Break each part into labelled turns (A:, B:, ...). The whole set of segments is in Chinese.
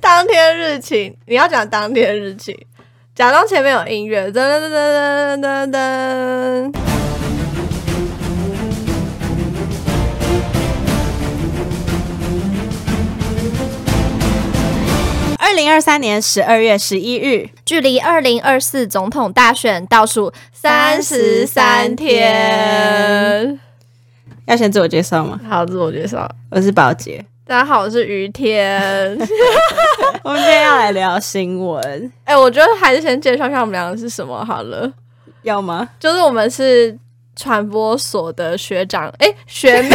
A: 当天日期，你要讲当天日期，假装前面有音乐，噔噔噔噔噔噔噔。
B: 二零二三年十二月十一日，
A: 距离二零二四总统大选倒数三十三天，
B: 要先自我介绍吗？
A: 好，自我介绍。
B: 我是宝洁，
A: 大家好，我是于天。
B: 我们今天要来聊新闻，
A: 哎、我觉得还是先介绍一下我们两个是什么好了。
B: 要吗？
A: 就是我们是传播所的学长，哎、学妹、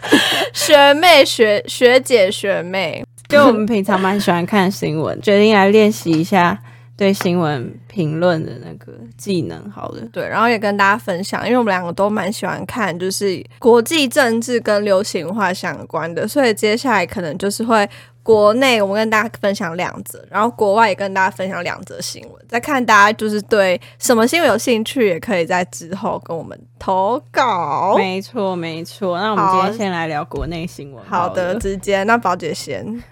A: 学妹、学学姐、学妹。
B: 就我们平常蛮喜欢看新闻，决定来练习一下对新闻评论的那个技能。好了，
A: 对，然后也跟大家分享，因为我们两个都蛮喜欢看，就是国际政治跟流行化相关的，所以接下来可能就是会国内我们跟大家分享两则，然后国外也跟大家分享两则新闻，再看大家就是对什么新闻有兴趣，也可以在之后跟我们投稿。
B: 没错没错。那我们今天先来聊国内新闻。
A: 好
B: 了
A: 的，直接那宝姐 先，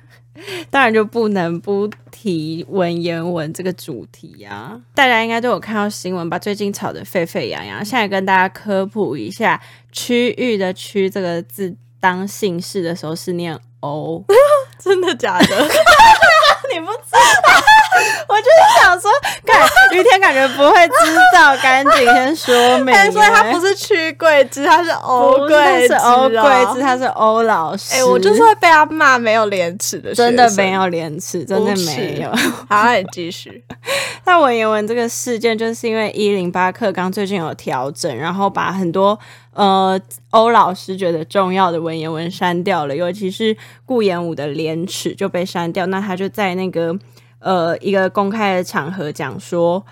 B: 当然就不能不提文言文这个主题啊！大家应该都有看到新闻吧？最近吵得沸沸扬扬。现在跟大家科普一下，区域的“区”这个字当姓氏的时候是念“欧
A: 真的假 的？”，
B: 你不知道？我就是想说，感于天感觉不会知道，赶紧先说明、
A: 哎、 所以它不是屈贵之，它是欧
B: 不是
A: 贵之
B: 是
A: 哦，
B: 欧贵之，他是欧老师。
A: 哎、我就是会被他骂没有廉耻的学生，
B: 真的没有廉耻，真的没有。
A: 好，那你继续。
B: 那文言文这个事件，就是因为一零八课纲最近有调整，然后把很多呃欧老师觉得重要的文言文删掉了，尤其是顾炎武的《廉耻》就被删掉。那他就在那个呃一个公开的场合讲说，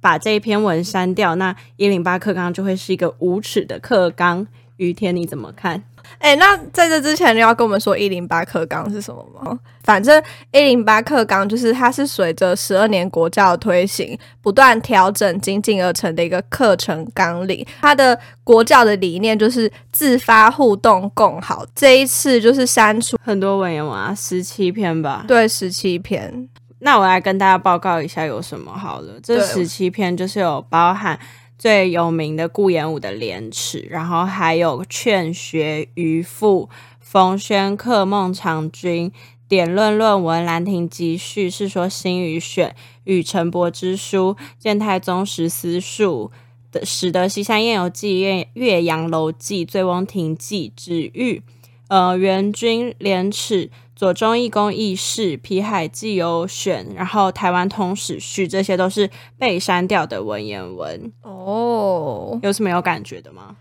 B: 把这一篇文删掉，那一零八课纲就会是一个无耻的课纲。于天你怎么看？
A: 哎、那在这之前，你要跟我们说一零八课纲是什么吗？反正一零八课纲就是它是随着十二年国教的推行，不断调整精进而成的一个课程纲领。它的国教的理念就是自发、互动、共好。这一次就是删除
B: 很多文言文啊，十七篇吧。
A: 对十七篇，
B: 那我来跟大家报告一下有什么好了。这
A: 对
B: 十七篇就是有包含最有名的顾炎武的《廉耻》，然后还有《劝学》《渔父》《冯轩客》《孟尝君》《典论》论文《兰亭集序》《世说新语选》《与陈伯之书》《建太宗十思述》。的《使得西山宴游记》《岳岳阳楼记》《醉翁亭记》《止玉》呃《元君廉耻》左中义公义士、皮海纪有选，然后台湾通史序，这些都是被删掉的文言文。
A: 哦，
B: 有什么有感觉的吗？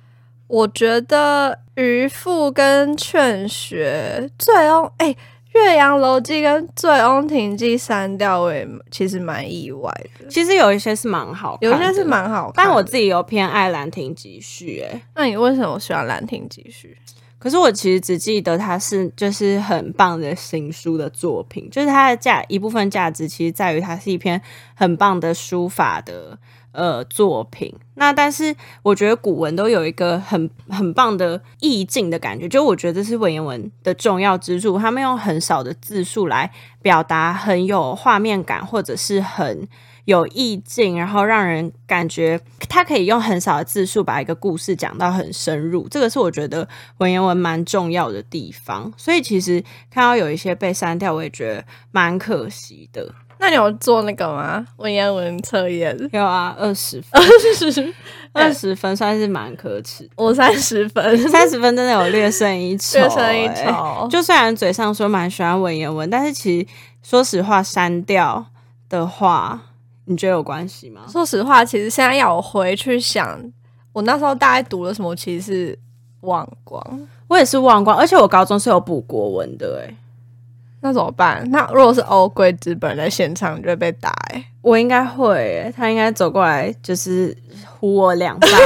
A: 我觉得渔父跟劝学醉翁，哎、岳阳楼记》跟《醉翁亭记》删掉，我也其实蛮意外的。
B: 其实有一些是蛮好看
A: 有
B: 的，
A: 一些是蛮好看的，
B: 但我自己有偏爱《兰亭集序》哎，
A: 那你为什么喜欢《兰亭集序
B: 可是我其实只记得它是就是很棒的行书的作品，就是它的价一部分价值其实在于它是一篇很棒的书法的呃作品。那但是我觉得古文都有一个很很棒的意境的感觉，就我觉得这是文言文的重要之处，他们用很少的字数来表达很有画面感或者是很。有意境，然后让人感觉它可以用很少的字数把一个故事讲到很深入，这个是我觉得文言文蛮重要的地方，所以其实看到有一些被删掉，我也觉得蛮可惜的。》？
A: 那你有做那个吗？文言文测验，
B: 有啊，二十 分，二十分算是蛮可耻，
A: 我三十分，
B: 三十分真的有 略胜一筹、
A: 略胜一
B: 欸
A: 筹。
B: 就虽然嘴上说蛮喜欢文言文，但是其实说实话，删掉的话，你觉得有关系吗？
A: 说实话，其实现在要我回去想，我那时候大概读了什么，其实是忘光。
B: 我也是忘光，而且我高中是有补国文的、欸，
A: 那怎么办？那如果是欧规之本人在现场，你就会被打哎、
B: 我应该会耶，他应该走过来就是呼我两 巴掌，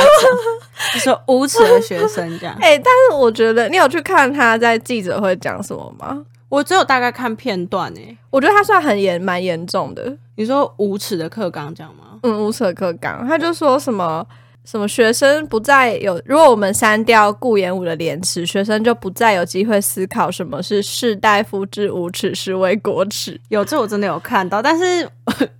B: 就说无耻的学生这样。
A: 哎、但是我觉得你有去看他在记者会讲什么吗？
B: 我只有大概看片段欸诶。
A: 我觉得他算很严，蛮严重的。
B: 你说无耻的课纲这样吗？
A: 嗯，无扯可纲，他就说什么什么学生不再有，如果我们删掉顾炎武的廉耻，学生就不再有机会思考什么是士大夫之无耻是为国耻。
B: 有这我真的有看到，但是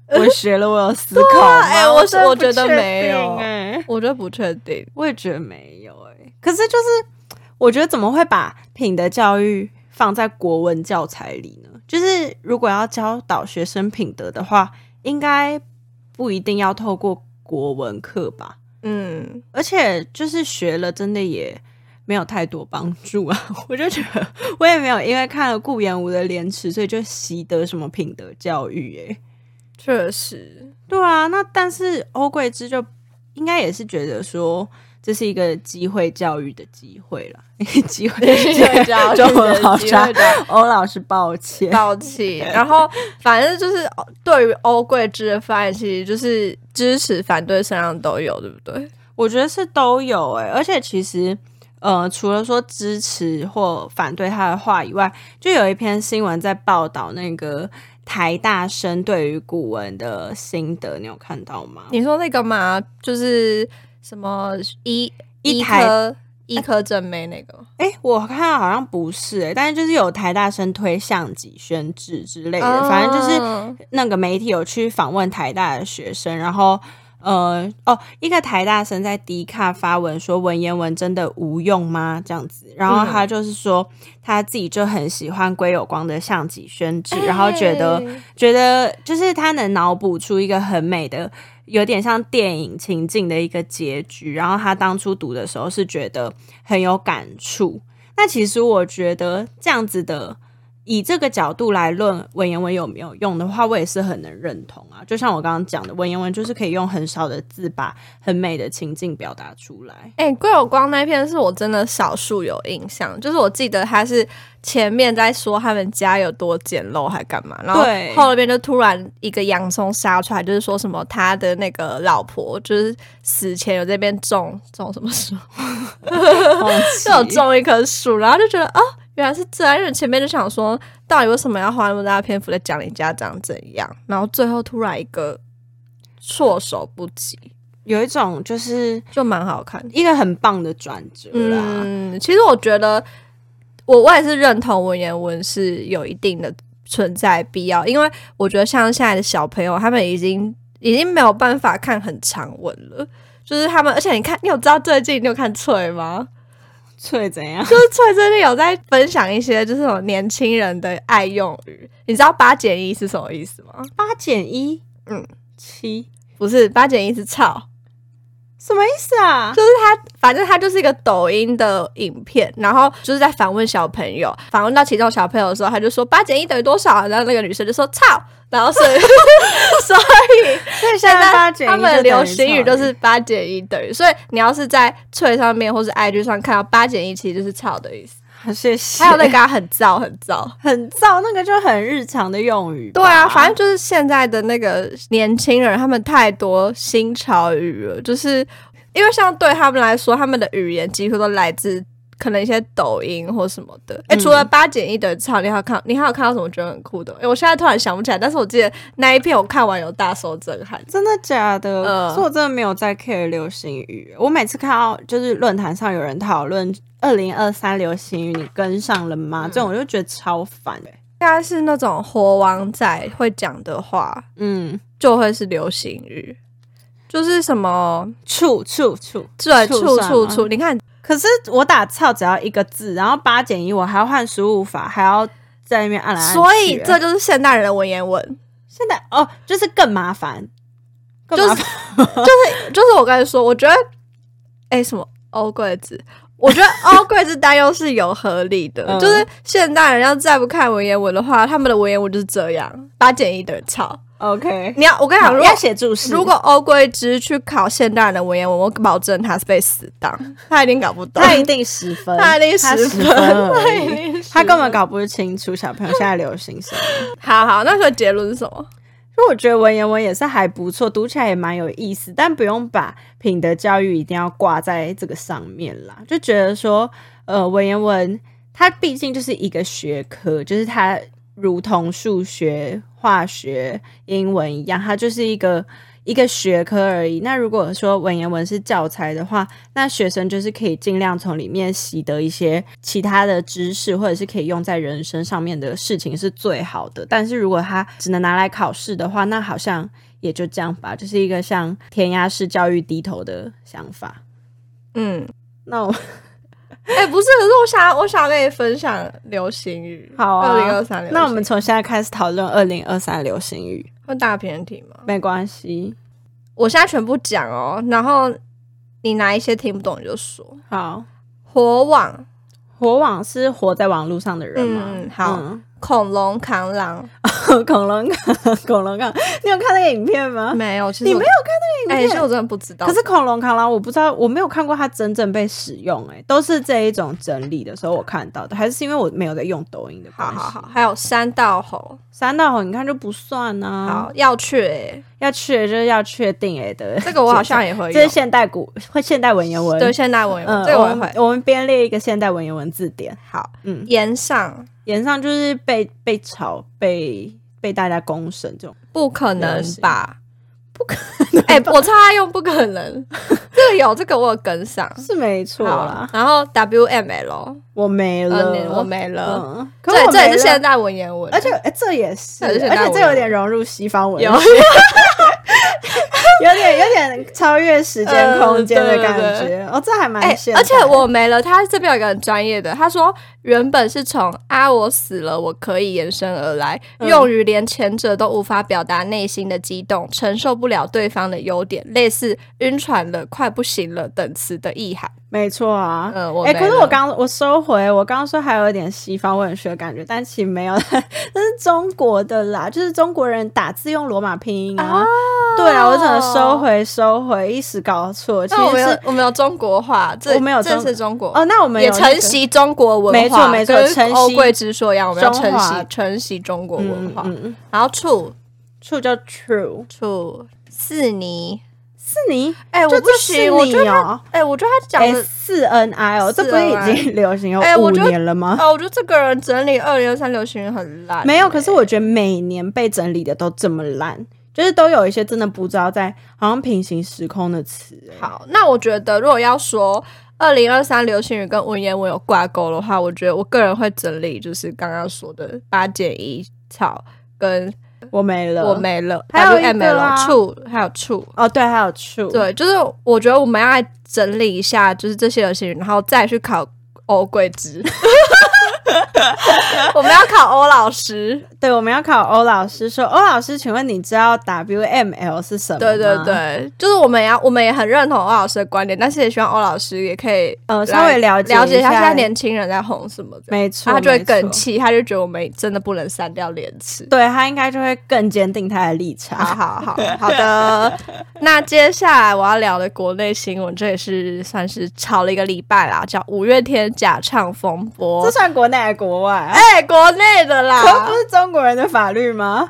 B: 我学了，我有思考吗。
A: 哎我
B: 我真的
A: 我
B: 不
A: 觉得
B: 确
A: 没有
B: 定哎，
A: 我就不确定，
B: 我也觉得没有哎、可是就是，我觉得怎么会把品德教育放在国文教材里呢？就是如果要教导学生品德的话，应该不一定要透过国文课吧？
A: 嗯，
B: 而且就是学了，真的也没有太多帮助啊。 我就觉得我也没有因为看了顾炎武的《廉耻》，所以就习得什么品德教育、欸。
A: 确实，
B: 对啊，那但是欧桂芝就应该也是觉得说。这是一个机会教育的机会啦， 机会 中文好差，欧老师抱歉。
A: 抱 歉。然后反正就是对于欧桂芝的发言，其实就是支持、反对声浪都有，对不对？
B: 我觉得是都有诶、而且其实呃，除了说支持或反对他的话以外，就有一篇新闻在报道那个台大生对于古文的心得，你有看到吗？
A: 你说那个嘛，就是什么医
B: 一
A: 医
B: 台
A: 科医科正妹那个吗，
B: 哎、我看好像不是诶、欸但是就是有台大生推项脊宣制之类的，反正就是
A: 哦
B: 那个媒体有去访问台大的学生，然后呃哦，一个台大生在迪卡发文说文言文真的无用吗？这样子，然后他就是说、他自己就很喜欢归有光的象棋宣制，然后觉得、
A: 哎
B: 觉得就是他能脑补出一个很美的。有点像电影情境的一个结局，然后他当初读的时候是觉得很有感触。那其实我觉得这样子的以这个角度来论文言文有没有用的话，我也是很能认同啊。就像我刚刚讲的，文言文就是可以用很少的字把很美的情境表达 出来。
A: 哎、桂有光那篇是我真的少数有印象，就是我记得他是前面在说他们家有多简陋还干嘛，然后
B: 对
A: 后边就突然一个洋葱杀出来，就是说什么他的那个老婆就是死前有这边种种什么树，就有
B: 这种
A: 种一棵树，然后就觉得哦原来是这样，因为前面就想说到底为什么要花那么大的篇幅在讲你家长怎样，然后最后突然一个措手不及，
B: 有一种就是
A: 就蛮好看的。
B: 一个很棒的转折啦。
A: 嗯，其实我觉得我我也是认同文言文是有一定的存在必要，因为我觉得像现在的小朋友，他们已经已经没有办法看很长文了。就是他们，而且你看，你有知道最近你有看翠吗？
B: 翠怎样？
A: 就是翠最近有在分享一些就是什么年轻人的爱用语。你知道八减一是什么意思吗？
B: 八减一，
A: 嗯，
B: 七，
A: 不是，八减一是操，
B: 什么意思啊？
A: 反正它就是一个抖音的影片，然后就是在访问小朋友，访问到其中小朋友的时候，他就说八减一等于多少，然后那个女生就说操，然后所以 所以
B: 所以现
A: 现在
B: 八减一
A: 他们
B: 就等于
A: 流行语都
B: 草
A: 是八减一等于，所以你要是在翠上面或是 IG 上看到八减一，其实就是操的意 思。
B: 莓，谢谢。
A: 还有那个啊很燥很燥，
B: 很燥，那个就很日常的用语吧。
A: 对啊，反正就是现在的那个年轻人，他们太多新潮语了，就是因为像对他们来说，他们的语言几乎都来自可能一些抖音或什么的。哎、
B: 嗯
A: 除了八减一的操，你还有看，你还有看到什么觉得很酷的？哎，我现在突然想不起来，但是我记得那一片我看完有大受震撼。
B: 真的假的？
A: 呃
B: 可是我真的没有在 care 流行语。我每次看到就是论坛上有人讨论二零二三流行语，你跟上了吗？
A: 嗯
B: 这种我就觉得超烦、欸。
A: 应该是那种活王仔会讲的话，
B: 嗯，
A: 就会是流行语，就是什么
B: 处处处。
A: 对
B: 醋
A: 处
B: 算
A: 处
B: 吗
A: 处，你看
B: 可是我打操只要一个字，然后八减一，我还要换输入法，还要在那边按来按去欸、
A: 所以这就是现代人的文言文。
B: 现在哦，就是更麻烦，更麻烦。
A: 就是我跟你说，我觉得，哎、什么欧贵子，我觉得欧贵子担忧是有合理的，
B: 嗯
A: 就是现代人要再不看文言文的话，他们的文言文就是这样，八减一等于抄。
B: OK，
A: 你要我跟你讲，
B: 好
A: 如果
B: 要写注释。
A: 如果欧贵之去考现代人的文言文，我保证他是被死当， 他一定搞不懂，
B: 他一定十分，
A: 他一定
B: 他
A: 十
B: 分
A: 分
B: 而
A: 他一
B: 已
A: 定十
B: 他根本
A: 分
B: 搞不清楚小朋友现在流行 什么。
A: 好好，那时候结论是什么？
B: 所以我觉得文言文也是还不错，读起来也蛮有意思，但不用把品德教育一定要挂在这个上面啦。就觉得说，呃，文言文它毕竟就是一个学科，就是它如同数学、化学、英文一样，它就是一个一个学科而已。那如果说文言文是教材的话，那学生就是可以尽量从里面习得一些其他的知识，或者是可以用在人生上面的事情是最好的。但是如果他只能拿来考试的话，那好像也就这样吧，就是一个像填鸭式教育低头的想法。
A: 嗯，
B: 那我
A: 哎、不是，可是我想要我想要跟你分享流行语，
B: 好啊
A: 二零二三流行语，
B: 那我们从现在开始讨论二零二三流行语，
A: 会大偏题吗？
B: 没关系。
A: 我现在全部讲哦，然后你拿一些听不懂你就说。
B: 好，
A: 火网、
B: 火网是活在网络上的人吗？
A: 嗯好恐龙、螳螂，
B: 嗯 恐龙扛，恐龙扛，你有看那个影片吗？
A: 没有，其实
B: 啊你
A: 我
B: 没有看那个
A: 哎，
B: 影
A: 其
B: 片。
A: 实我真的不知道。
B: 可是恐龙扛狼，我不知道，我没有看过它真正被使用、哎，都是这一种整理的时候我看到的，还是因为我没有在用抖音的关
A: 好
B: 系。
A: 好好，，还有三道猴，
B: 三道红你看就不算啊，
A: 好要去、欸，
B: 要确就是要确定哎、的。
A: 这个我好像也会
B: 这是
A: 用。
B: 现代古会现代文言文，
A: 对，现代文言文，
B: 嗯，
A: 这个我
B: 我
A: 也
B: 们
A: 会。
B: 我们编列一个现代文言文字典，
A: 好，
B: 嗯，
A: 岩上
B: 言上就是被被炒、被被大家公审这种，
A: 不可能
B: 流行
A: 吧？不可能！哎、我超爱用不可 能，这个有，这个我有跟上。
B: 是没错
A: 好
B: 啦，。
A: 然后 WML，
B: 我没了，
A: 呃，我没了。
B: 嗯，可
A: 对，
B: 我
A: 这也
B: 没
A: 是
B: 了
A: 现，代文言文，
B: 而且哎，这也是，
A: 这
B: 而
A: 也是现代
B: 且这
A: 文
B: 有点融入西方文
A: 有
B: 化， 有点有点超越时间空间的感
A: 呃对对
B: 觉。哦，这还蛮
A: 哎、
B: 现代
A: 而且我没了，他这边有一个很专业的，他说原本是从“啊，我死了，我可以”延伸而来，
B: 嗯
A: 用于连前者都无法表达内心的激动，承受不了对方的优点，类似晕船了、快不行了等词的意涵。
B: 没错啊。
A: 嗯，我
B: 哎、
A: 没
B: 可是
A: 了
B: 我刚我收回，我刚刚说还有一点西方文学的感觉，但其实没有， 那是中国的啦，就是中国人打字用罗马拼音啊。
A: 啊，
B: 对啊，我只能收。回收回，一时搞错。其
A: 那我
B: 实
A: 没有
B: 是，
A: 我没有中国话，这
B: 我没有
A: 这
B: 中
A: 是中国。
B: 哦，那我们
A: 也
B: 有那
A: 承
B: 个
A: 袭中国文化，
B: 没错没错
A: 跟
B: 承袭
A: 欧贵之说一样，我们要承
B: 中华
A: 袭承袭中国文化。
B: 嗯嗯嗯
A: 然后处
B: 处叫 true，
A: 处四尼，
B: 是你，
A: 哎、
B: 就
A: 我不
B: 这是
A: 行，我
B: 你
A: 觉得他
B: 哦。
A: 哎、我觉得他讲的，
B: S 四 N I 哦，这不是已
A: 4NI
B: 经 流行有
A: 哎
B: 五
A: 我觉得
B: 年了吗？
A: 哦，我啊觉得这个人整理二零二三流行语很烂、
B: 啊
A: 欸
B: 没有，可是我觉得每年被整理的都这么烂，就是都有一些真的不知道在，好像平行时空的词。哎
A: 好，那我觉得如果要说二零二三流行语跟文言文有挂钩的话，我觉得我个人会整理就是刚刚说的八减一草跟
B: 我没了，
A: 我没了，
B: 还有一
A: M
B: 个啊
A: L 处还有处。
B: 哦，对，还有 true，，
A: 对，就是我觉得我们要来整理一下，就是这些流行语，然后再去考欧贵之。 我们要考欧老师，
B: 对，我们要考欧老师说，欧老师，请问你知道 W M L 是什么？
A: 对对，对，就是我们也要，我们也很认同欧老师的观点，但是也希望欧老师也可以
B: 呃，
A: 来
B: 稍微了解
A: 了解一
B: 一
A: 下现在
B: 下
A: 年轻人在红什么的，
B: 没错，
A: 然后他就会
B: 没错
A: 更气，他就觉得我们真的不能删掉廉 耻。
B: 对他应该就会更坚定他的立场。
A: 好好好好的， 那接下来我要聊的国内新闻，这也是算是吵了一个礼拜啦，叫五月天假唱风波
B: 这。算国内还是国外啊？
A: 哎、国内的啦，
B: 可不是中国人的法律吗？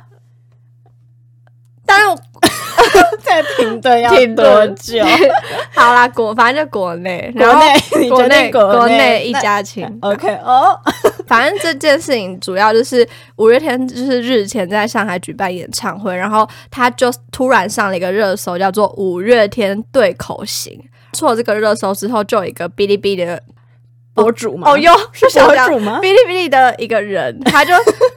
A: 但是我
B: 这个停顿要
A: 停
B: 多
A: 顿
B: 久？
A: 好啦，国反正就国内，
B: 国
A: 然后
B: 内，你
A: 国
B: 决
A: 内
B: 定国
A: 国内一
B: 那
A: 家亲。
B: OK 哦，
A: 反正这件事情主要就是五月天就是日前在上海举办演唱会，然后他就突然上了一个热搜，叫做“五月天对口型”。出了这个热搜之后，就有一个哔哩哔哩的
B: 博主嘛，
A: 哦哟，是
B: 是嗯
A: 小
B: 博
A: 张
B: 主吗
A: 哔？哩哔哩的一个人，他就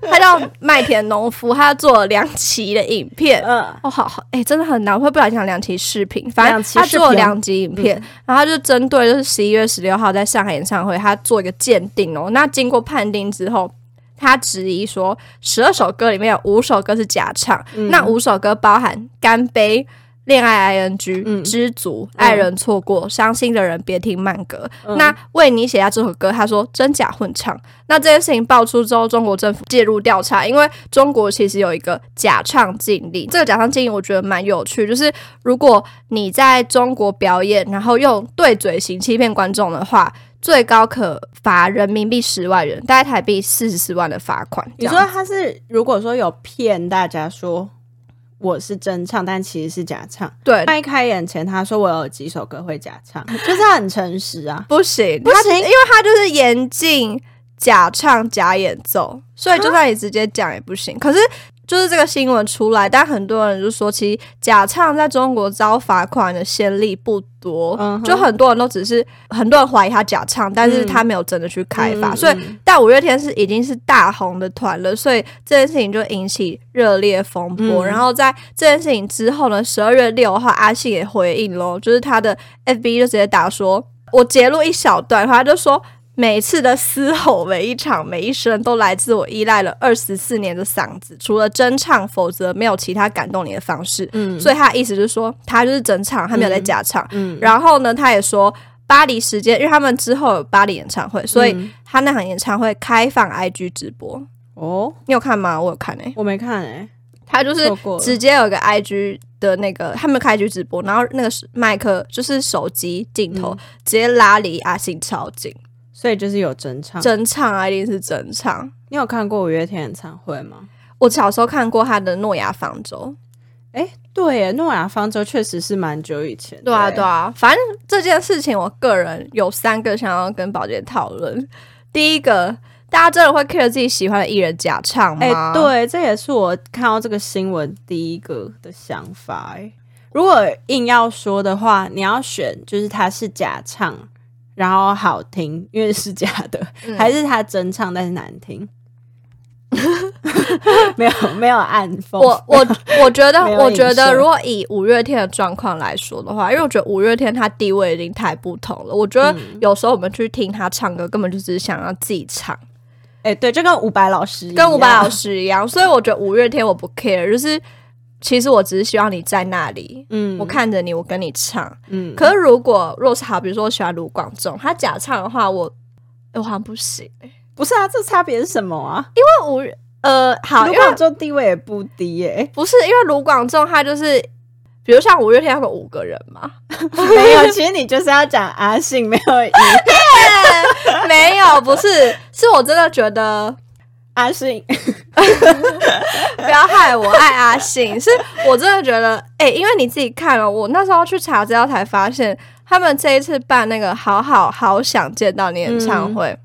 A: 他叫麦田农夫，他做了两期的影片，
B: 嗯，
A: 哦，好好，哎、真的很难，我会不小心讲两期视频，反
B: 两
A: 正
B: 期
A: 他
B: 视
A: 做了
B: 频嗯
A: 两集影片，然后他就针对就是十一月十六号在上海演唱会，他做一个鉴定哦。那经过判定之后，他质疑说，十二首歌里面有五首歌是假唱，
B: 嗯
A: 那五首歌包含《干杯》。恋爱 ing、
B: 嗯
A: 知足、
B: 嗯
A: 爱人错过、伤心的人别听慢歌。
B: 嗯
A: 那为你写下这首歌，他说真假混唱。那这件事情爆出之后，中国政府介入调查，因为中国其实有一个假唱禁令。这个假唱禁令我觉得蛮有趣，就是如果你在中国表演，然后用对嘴型欺骗观众的话，最高可罚人民币十万元，大概台币四十四万的罚款。
B: 你
A: 这
B: 说
A: 样
B: 他是如果说有骗大家说我是真唱，但其实是假唱。
A: 对？
B: 麦开演前他说我有几首歌会假唱， 就是他很诚实啊。
A: 不行，
B: 不
A: 他
B: 行
A: 因为他就是
B: 啊
A: 严禁假唱假演奏，所以就算你直接讲也不行。可是就是这个新闻出来，但很多人就说，其实假唱在中国遭罚款的先例不多，
B: 嗯哼
A: 就很多人都只是很多人怀疑他假唱，但是
B: 嗯
A: 他没有真的去开发，
B: 嗯
A: 所以
B: 嗯
A: 但五月天是已经是大红的团了，所以这件事情就引起热烈风波。
B: 嗯
A: 然后在这件事情之后呢，十二月六号，阿信也回应喽，就是他的 FB 就直接打说，我截录一小段，他就说。每次的嘶吼，每一场，每一声，都来自我依赖了二十四年的嗓子，除了真唱，否则没有其他感动你的方式。
B: 嗯
A: 所以他的意思就是说，他就是真唱，他没有在假唱。
B: 嗯，
A: 然后呢，他也说巴黎时间，因为他们之后有巴黎演唱会，所以
B: 嗯
A: 他那场演唱会开放 IG 直播。
B: 哦，
A: 你有看吗？我有看欸诶、
B: 我没看哎、
A: 他就是
B: 错过了
A: 直接有一个 IG 的那个，他们开 IG 直播，然后那个是麦克就是手机镜头、直接拉离阿信超近，
B: 所以就是有真唱。
A: 真唱啊，一定是真唱。
B: 你有看过五月天演唱会吗？
A: 我小时候看过他的《诺亚方舟
B: 哎、对耶，诺亚方舟确实是蛮久以前》，的。
A: 对啊，对，啊，反正这件事情，我个人有三个想要跟宝姐讨论。第一个，大家真的会 care 自己喜欢的艺人假唱吗？
B: 哎、对，这也是我看到这个新闻第一个的想法、哎，如果硬要说的话，你要选就是他是假唱，然后好听，因为是假的，
A: 嗯
B: 还是他真唱但是难听？ 没有没有暗讽，
A: 我我我觉得
B: 没，有
A: 我觉
B: 影射
A: 得，如果以五月天的状况来说的话，因为我觉得五月天他地位已经太不同了。我觉得
B: 嗯
A: 有时候我们去听他唱歌，根本就只是想要自己唱，
B: 哎、对，就跟伍佰老师一
A: 跟伍佰
B: 样
A: 老师一样。所以我觉得五月天我不 care，就是其实我只是希望你在那里，
B: 嗯
A: 我看着你，我跟你唱。
B: 嗯，
A: 可是如果若是好，比如说我喜欢卢广仲，他假唱的话，我我好像不行，
B: 不是啊，这差别是什么啊？
A: 因为五呃好，因
B: 卢
A: 为
B: 广仲地位也不低哎耶、
A: 不是因为卢广仲他就是，比如像五月天他们五个人嘛。
B: 没有，其实你就是要讲阿信没有以
A: 没有，不是，是我真的觉得
B: 阿信，
A: 不要害我爱阿信，是我真的觉得，哎、因为你自己看了，我那时候去查资料才发现，他们这一次办那个“好好好想见到你”演唱会。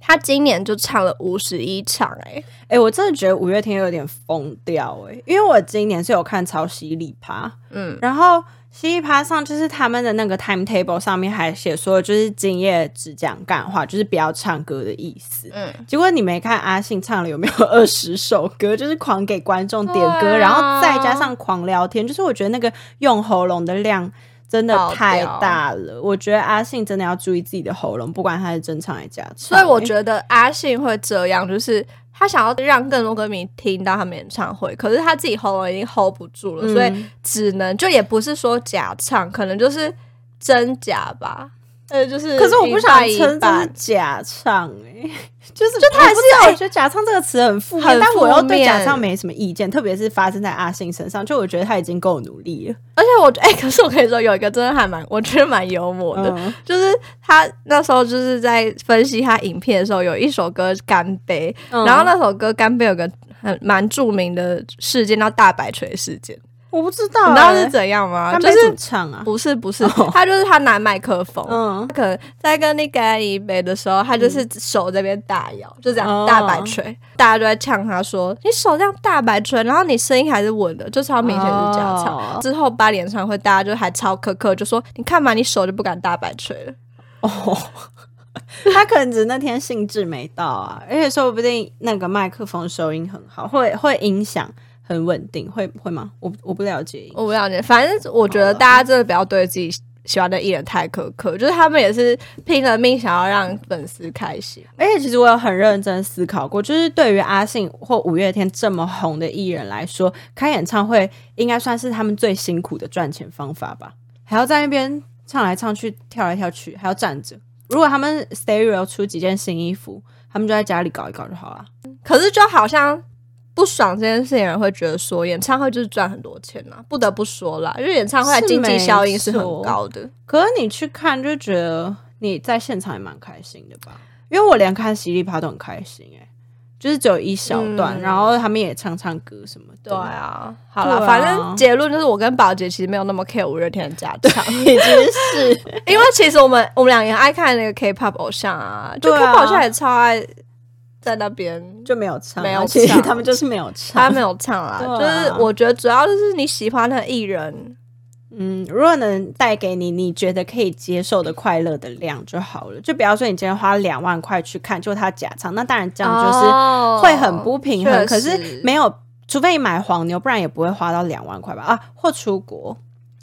A: 他今年就唱了五十一场、哎，
B: 哎、我真的觉得五月天有点疯掉哎、因为我今年是有看超犀利趴，
A: 嗯，
B: 然后犀利趴上就是他们的那个 timetable 上面还写说，就是今夜只讲干话，就是不要唱歌的意思。
A: 嗯
B: 结果你没看阿信唱了有没有二十首歌，就是狂给观众点歌，
A: 对啊
B: 然后再加上狂聊天，就是我觉得那个用喉咙的量真的
A: 爆
B: 太
A: 掉
B: 大了。我觉得阿信真的要注意自己的喉咙，不管他是真唱还是假唱。
A: 所
B: 哎
A: 以我
B: 得
A: 觉得阿信会这样，就是他想要让更多歌迷听到他们演唱会，可是他自己喉咙已经 hold 不住了，所以只能就也不是说假唱，可能就是真假吧。呃，就是
B: 可是我不想
A: 一半一
B: 称这是
A: 半
B: 假唱哎、 就是就他还是我觉得假唱这个词很负面，
A: 很
B: 但我又对
A: 负面
B: 假唱没什么意见，特别是发生在阿信身上，就我觉得他已经够努力了。
A: 而且我哎、可是我可以说有一个真的还蛮，我觉得蛮幽默的，
B: 嗯
A: 就是他那时候就是在分析他影片的时候，有一首歌《干杯》，
B: 嗯
A: 然后那首歌《干杯》有个很蛮著名的事件叫大摆锤事件，
B: 我不知道、欸，
A: 你知道是哦怎样吗？
B: 他
A: 就
B: 没怎
A: 是
B: 么唱啊，
A: 不是不是，
B: 哦
A: 他就是他拿麦克风，
B: 嗯。
A: 可能在跟你干一杯的时候，他就是手这边大摇，就这样
B: 哦
A: 大摆锤，大家就在呛他说：“你手这样大摆锤，然后你声音还是稳的，就超明显是假唱。
B: 哦
A: 之后八演唱会，大家就还超苛刻，就说：“你看嘛，你手就不敢大摆锤了。
B: 哦，他可能只是那天兴致没到啊，而且说不定那个麦克风收音很好，会会音响很稳定，会会吗？我我不了解”音。
A: 我不了解，反正我觉得大家真的不要对自己喜欢的艺人太苛刻，就是他们也是拼了命想要让粉丝开心。
B: 而且其实我有很认真思考过，就是对于阿信或五月天这么红的艺人来说，开演唱会应该算是他们最辛苦的赚钱方法吧，还要在那边唱来唱去、跳来跳去，还要站着。如果他们 Stereo 出几件新衣服，他们就在家里搞一搞就好了。
A: 可是就好像不爽这件事情，人会觉得说演唱会就是赚很多钱呐、啊不得不说啦，因为演唱会的经济效应是很高的。
B: 可是你去看就觉得你在现场也蛮开心的吧？因为我连看犀利趴都很开心哎、就是只有一小段，
A: 嗯
B: 然后他们也唱唱歌什么的。
A: 对，啊，好啦，
B: 对啊
A: 反正结论就是我跟宝洁其实没有那么 care 五月天的假 唱，
B: 已经是
A: 因为其实我们我们俩也爱看那个 K-pop 偶像啊，就
B: 对啊
A: K-pop 偶像也超爱在那边
B: 就没有唱，
A: 没有
B: 而且
A: 唱
B: 他们就是没有唱。
A: 他没有唱啦，
B: 对
A: 就
B: 啊
A: 是我觉得主要就是你喜欢的艺人，
B: 嗯，如果能带给你你觉得可以接受的快乐的量就好了，就不要说你今天花两万块去看，就他假唱，那当然这样就是
A: 哦
B: 会很不平衡。
A: 确
B: 可是
A: 实
B: 没有，除非你买黄牛，不然也不会花到两万块吧？啊，或出国。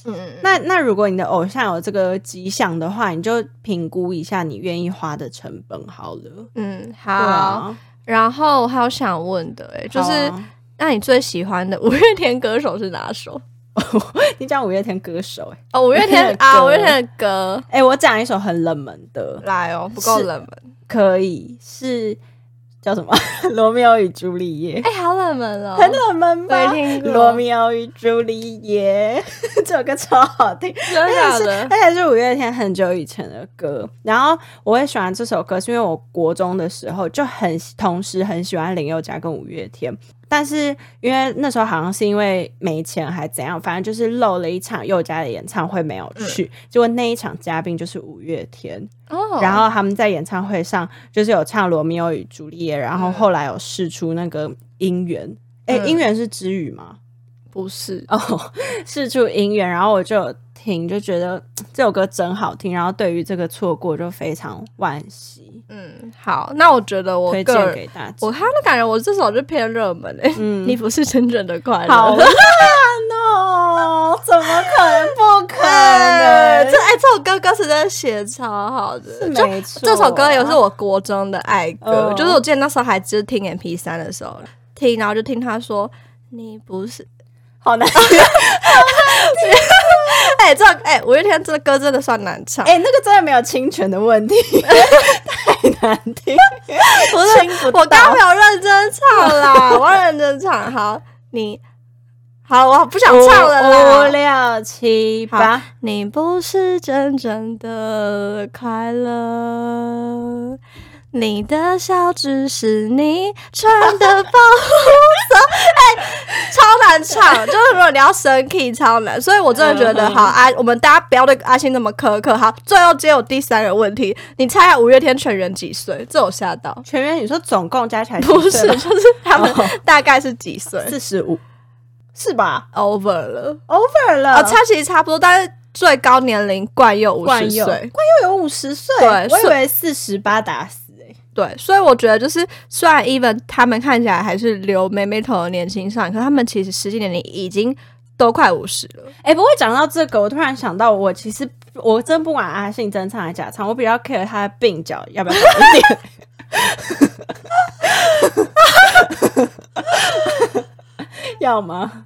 A: 嗯嗯
B: 那那如果你的偶像有这个迹象的话，你就评估一下你愿意花的成本好了。
A: 嗯
B: 对
A: 好。
B: 啊，
A: 然后我还有想问的、欸，就是、
B: 好啊
A: 那你最喜欢的五月天歌手是哪首？
B: 你讲五月天歌手、欸，
A: 哦，五月
B: 五月
A: 天
B: 天的
A: 啊，
B: 歌
A: 五月天的歌
B: 哎、我讲一首很冷门的，
A: 来哦，不够
B: 是
A: 冷门，
B: 可以是叫什么《罗密欧与朱丽叶》
A: 哎、好冷门哦，
B: 很冷门吧？
A: 没听过
B: 罗密欧与朱丽叶》这首歌超好听，
A: 真的假的？
B: 而且是五月天很久以前的歌。然后我会喜欢这首歌，是因为我国中的时候就很同时很喜欢林宥嘉跟五月天。但是因为那时候好像是因为没钱还怎样，反正就是漏了一场宥嘉的演唱会没有去，结果那一场嘉宾就是五月天，
A: 哦，
B: 然后他们在演唱会上就是有唱《罗密欧与朱丽叶》，然后后来有试出那个音源，哎、
A: 嗯
B: 音源是知语吗？
A: 不是，
B: 哦， 试出音源，然后我就有听，就觉得嘖这首歌真好听，然后对于这个错过就非常惋惜，
A: 嗯，好，那我觉得我
B: 推
A: 个
B: 荐
A: 人，
B: 给大家
A: 我。看的感觉我这首就偏热门诶、
B: 嗯
A: 你不是真正的快乐，
B: 好 烂哦，怎么可能？不可能，
A: 这哎、这首歌歌词真的写超好的，就
B: 没错啊
A: 这首歌也是我啊国中的爱歌，
B: 嗯
A: 就是我记得那时候还只是听 MP 三的时候听，然后就听他说你不是，
B: 好 难。
A: 哎、这哎、五月天这歌真的算难唱，
B: 哎、那个真的没有侵权的问 题，太难听，
A: 不
B: 亲
A: 是
B: 不
A: 我刚刚
B: 到
A: 没有认真唱啦， 我要认真唱，好你。好，我不想唱了啦。
B: 五五六七八，
A: 你不是真正的快乐，你的笑只是你穿的保护色。 哎、超难唱，就是如果你要升 key 超难，所以我真的觉得
B: 嗯
A: 好阿、我们大家不要对阿信那么苛刻。好，最后只有第三个问题，你猜下五月天全员几岁？这我吓到，
B: 全员你说总共加起来
A: 不是，就是他们大概是几岁
B: 四十五，哦是吧
A: ？Over 了，
B: ？Over 了，
A: 呃，差其实差不多，但是最高年龄冠佑五十
B: 冠佑，
A: 岁
B: 冠。佑有五十岁，
A: 对
B: 我以
A: 是
B: 为四十八打死哎，
A: 对，所以我觉得就是，虽然 even 他们看起来还是留妹妹头的年轻上，可他们其实实际年龄已经都快五十了。
B: 哎，不过讲到这个，我突然想到，我其实我真不管阿信真唱还是假唱，我比较 care 他的鬓角要不要长一 点。要吗？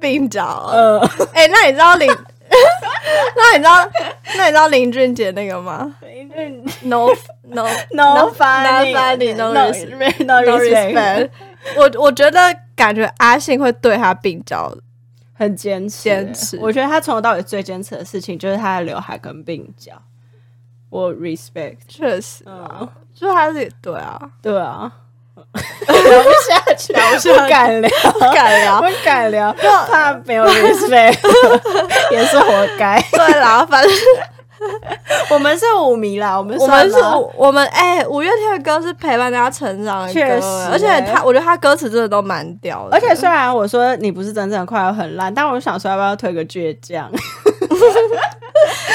A: 鬓角，
B: 呃，
A: 哎、那你知道林？ 那你知道那你知道林俊杰那个吗？No no
B: no
A: funny,
B: funny,
A: no
B: respect, no respect，
A: respect。我我觉得感觉阿信会对他鬓角，
B: 很坚持。欸
A: 坚持
B: 我觉得他从头到尾最坚持的事情就是他的刘海跟鬓角。我 respect，
A: 确实
B: 嗯，
A: 就他是对啊，
B: 对啊，聊不下去，聊不
A: 下去
B: 敢聊，
A: 不敢聊
B: 不。敢聊，怕没有 respect，也 是活该。
A: 对啦，反正
B: 我们是舞迷啦，我们
A: 我
B: 算
A: 们是
B: 吗，
A: 五，我们哎、五月天的歌是陪伴大家成长的歌，欸
B: 确实欸
A: 而且他，我觉得他歌词真的都蛮屌的，
B: 而且虽然我说你不是真正的快乐很烂，但我想说要不要推个倔强？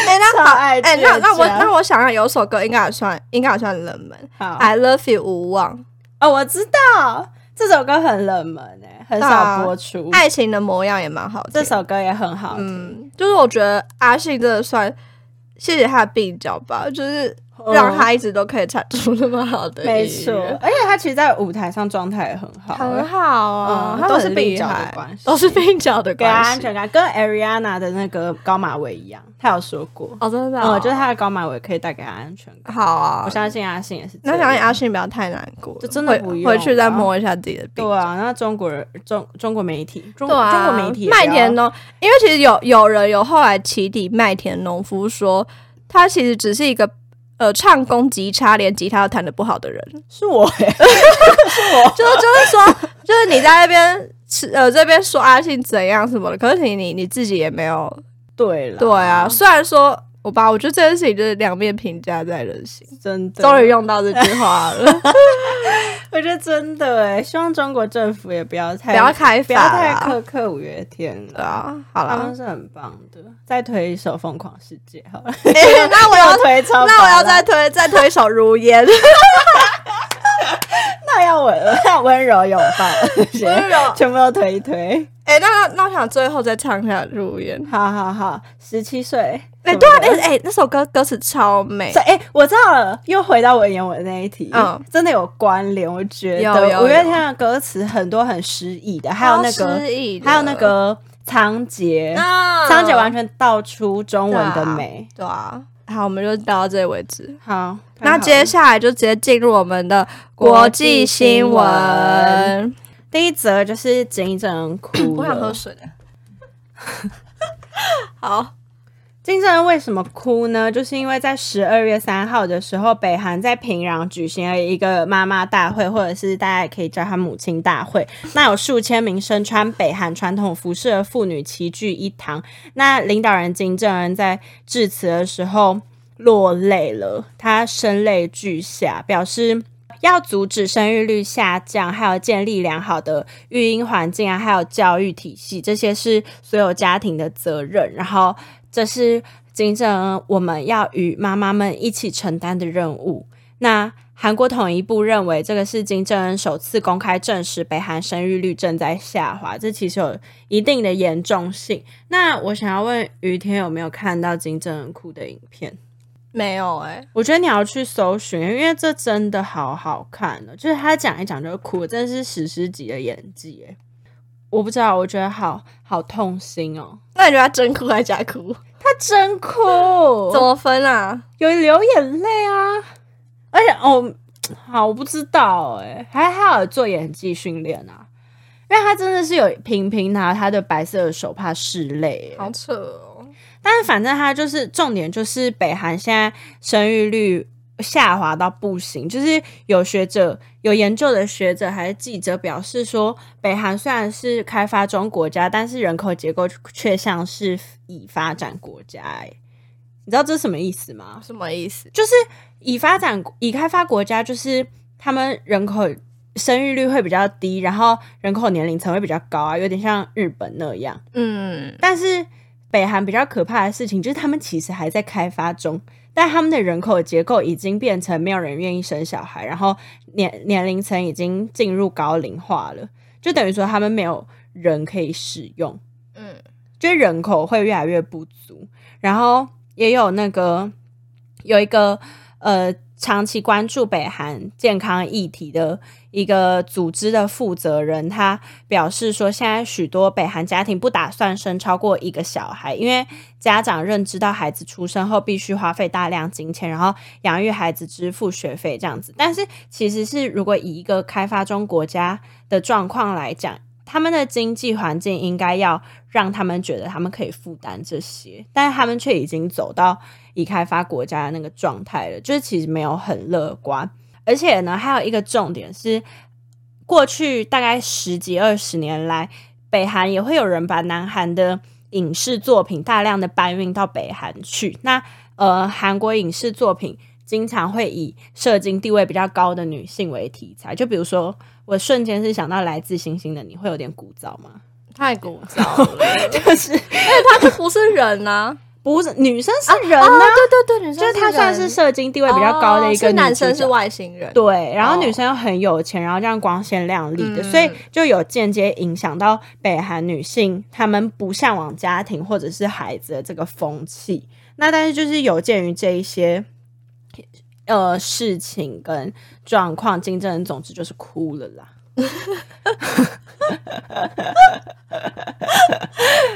A: 哎、那
B: 超爱
A: 哎、那那我
B: 倔强
A: 那我想想，有首歌应该也算，应该也算冷门
B: 好，
A: ，I Love You 无望，
B: 哦，我知道这首歌很冷门诶、很少播出。
A: 爱情的模样也蛮好听，
B: 这首歌也很好听，
A: 嗯，就是我觉得阿信真的算。谢谢他的鬓角吧，就是
B: 嗯
A: 让他一直都可以产出那么好的音乐，
B: 没错，而且他其实，在舞台上状态也很好，
A: 很好啊，
B: 嗯
A: 他
B: 都
A: 很
B: 是鬓角的
A: 厉害
B: 关系
A: 都是鬓角的
B: 给他安
A: 关系
B: 全。感，跟 Ariana 的那个高马尾一样，他有说过，
A: 哦，真的哦，
B: 嗯，就是他的高马尾可以带给他安全感。
A: 好啊
B: 我，相信阿信也是这样，
A: 那相信阿信不要太难过，
B: 就真的不
A: 回
B: 用
A: 回去再
B: 啊
A: 摸一下自己的病。
B: 对啊，那中国人中中国媒体，中
A: 对啊，
B: 中国媒体也不要
A: 麦田农，因为其实有有人有后来起底麦田农夫说，他其实只是一个呃唱功极差，连吉他都弹得不好的人，
B: 是我哎、哦
A: 就是就是说，就是你在那边吃呃这边说阿信怎样什么的，可是你你你自己也没有
B: 对了，
A: 对啊，，虽然说我吧，我觉得这件事情就是两面评价在人心。
B: 真的，
A: 终于用到这句话了，
B: 我觉得真的哎，希望中国政府也不要 太
A: 不要开
B: 不要
A: 发
B: 太
A: 啦
B: 苛刻嗯五月天
A: 对
B: 了。
A: 啊，好
B: 他
A: 啦
B: 们，是很棒的，再推一首《疯狂世界》好了。
A: 诶那我 要
B: 又推超，
A: 那我要再，推再推一首《如 烟》，
B: 那 要温那温柔拥抱，
A: 温柔
B: 全部都推一推。
A: 哎、那那那我想最后再唱一下《如烟》。
B: 好好好，十七岁。
A: 哎、
B: 什么
A: 对啊，
B: 的
A: 哎、哎那首歌歌词超美
B: 所，以，哎、我知道了，又回到文言文那一题，
A: 嗯
B: 真的有关联。我觉
A: 有有
B: 得五月
A: 有
B: 天的歌词很多很诗意的，还有那
A: 超
B: 个
A: 诗意的
B: 还有那个仓颉，
A: 啊
B: 仓颉、完全道出中文的美。
A: 对啊。好，我们就到这里为止。
B: 好，
A: 那接
B: 下
A: 下来就直接进入我们的国
B: 国
A: 际
B: 际
A: 新
B: 新
A: 闻
B: 闻。第一则就是金正恩 哭了。
A: 水。 好，
B: 金正恩为什么哭呢？就是因为在十二月三号的时候，北韩在平壤举行了一个妈妈大会，或者是大家也可以叫它母亲大会。那有数千名身穿北韩传统服饰的妇女齐聚一堂。那领导人金正恩在致辞的时候落泪了，他声泪俱下，表示。要阻止生育率下降，还有建立良好的育婴环境啊，还有教育体系，这些是所有家庭的责任。然后，这是金正恩我们要与妈妈们一起承担的任务。那韩国统一部认为，这个是金正恩首次公开证实北韩生育率正在下滑，这其实有一定的严重性。那我想要问于天有没有看到金正恩哭的影片？
A: 没有哎、
B: 我觉得你要去搜寻，因为这真的好好看哦。就是他讲一讲就会哭，真的是史诗级的演技耶！我不知道，我觉得好好痛心哦。
A: 那你觉得他真哭还是假哭？
B: 他真哭，
A: 怎么分啊？
B: 有流眼泪啊！而且哦，好，我不知道哎、还还有做演技训练啊，因为他真的是有频频拿他的白色的手帕拭泪、欸。
A: 扯哦！
B: 但是反正他就是重点，就是北韩现在生育率下滑到不行，就是有学者有研究的学者还是记者表示说，北韩虽然是开发中国家，但是人口结构却像是已发展国家、欸。你知道这是什么意思吗？
A: 什么意思？
B: 就是已发展、已开发国家，就是他们人口生育率会比较低，然后人口年龄层会比较高啊，有点像日本那样。
A: 嗯，
B: 但是北韩比较可怕的事情就是，他们其实还在开发中，但他们的人口结构已经变成没有人愿意生小孩，然后年年龄层已经进入高龄化了，就等于说他们没有人可以使用。
A: 嗯，
B: 就是人口会越来越不足，然后也有那个有一个呃长期关注北韩健康议题的一个组织的负责人，他表示说，现在许多北韩家庭不打算生超过一个小孩，因为家长认知到孩子出生后必须花费大量金钱，然后养育孩子、支付学费这样子。但是其实是如果以一个开发中国家的状况来讲，他们的经济环境应该要让他们觉得他们可以负担这些，但是他们却已经走到已开发国家的那个状态了，就是其实没有很乐观。而且呢，还有一个重点是，过去大概十几二十年来，北韩也会有人把南韩的影视作品大量的搬运到北韩去。那呃，韩国影视作品经常会以社经地位比较高的女性为题材，就比如说，我瞬间是想到《来自星星的你》，会有点古早吗？
A: 太古早了，
B: 就是
A: 他就不是人啊 呐、
B: 不是女生是人呢、
A: 哦对对对，女生
B: 啊就是她算是
A: 人
B: 社经地位比较高的一个
A: 哦是
B: 女
A: 男
B: 主
A: 生是
B: 角。
A: 外星人，
B: 对，然后
A: 哦
B: 女生又很有钱，然后这样光鲜亮丽的，
A: 嗯
B: 所以就有间接影响到北韩女性她们不向往家庭或者是孩子的这个风气。那但是就是有鉴于这一些呃事情跟状况，金正恩总之就是哭了 啦。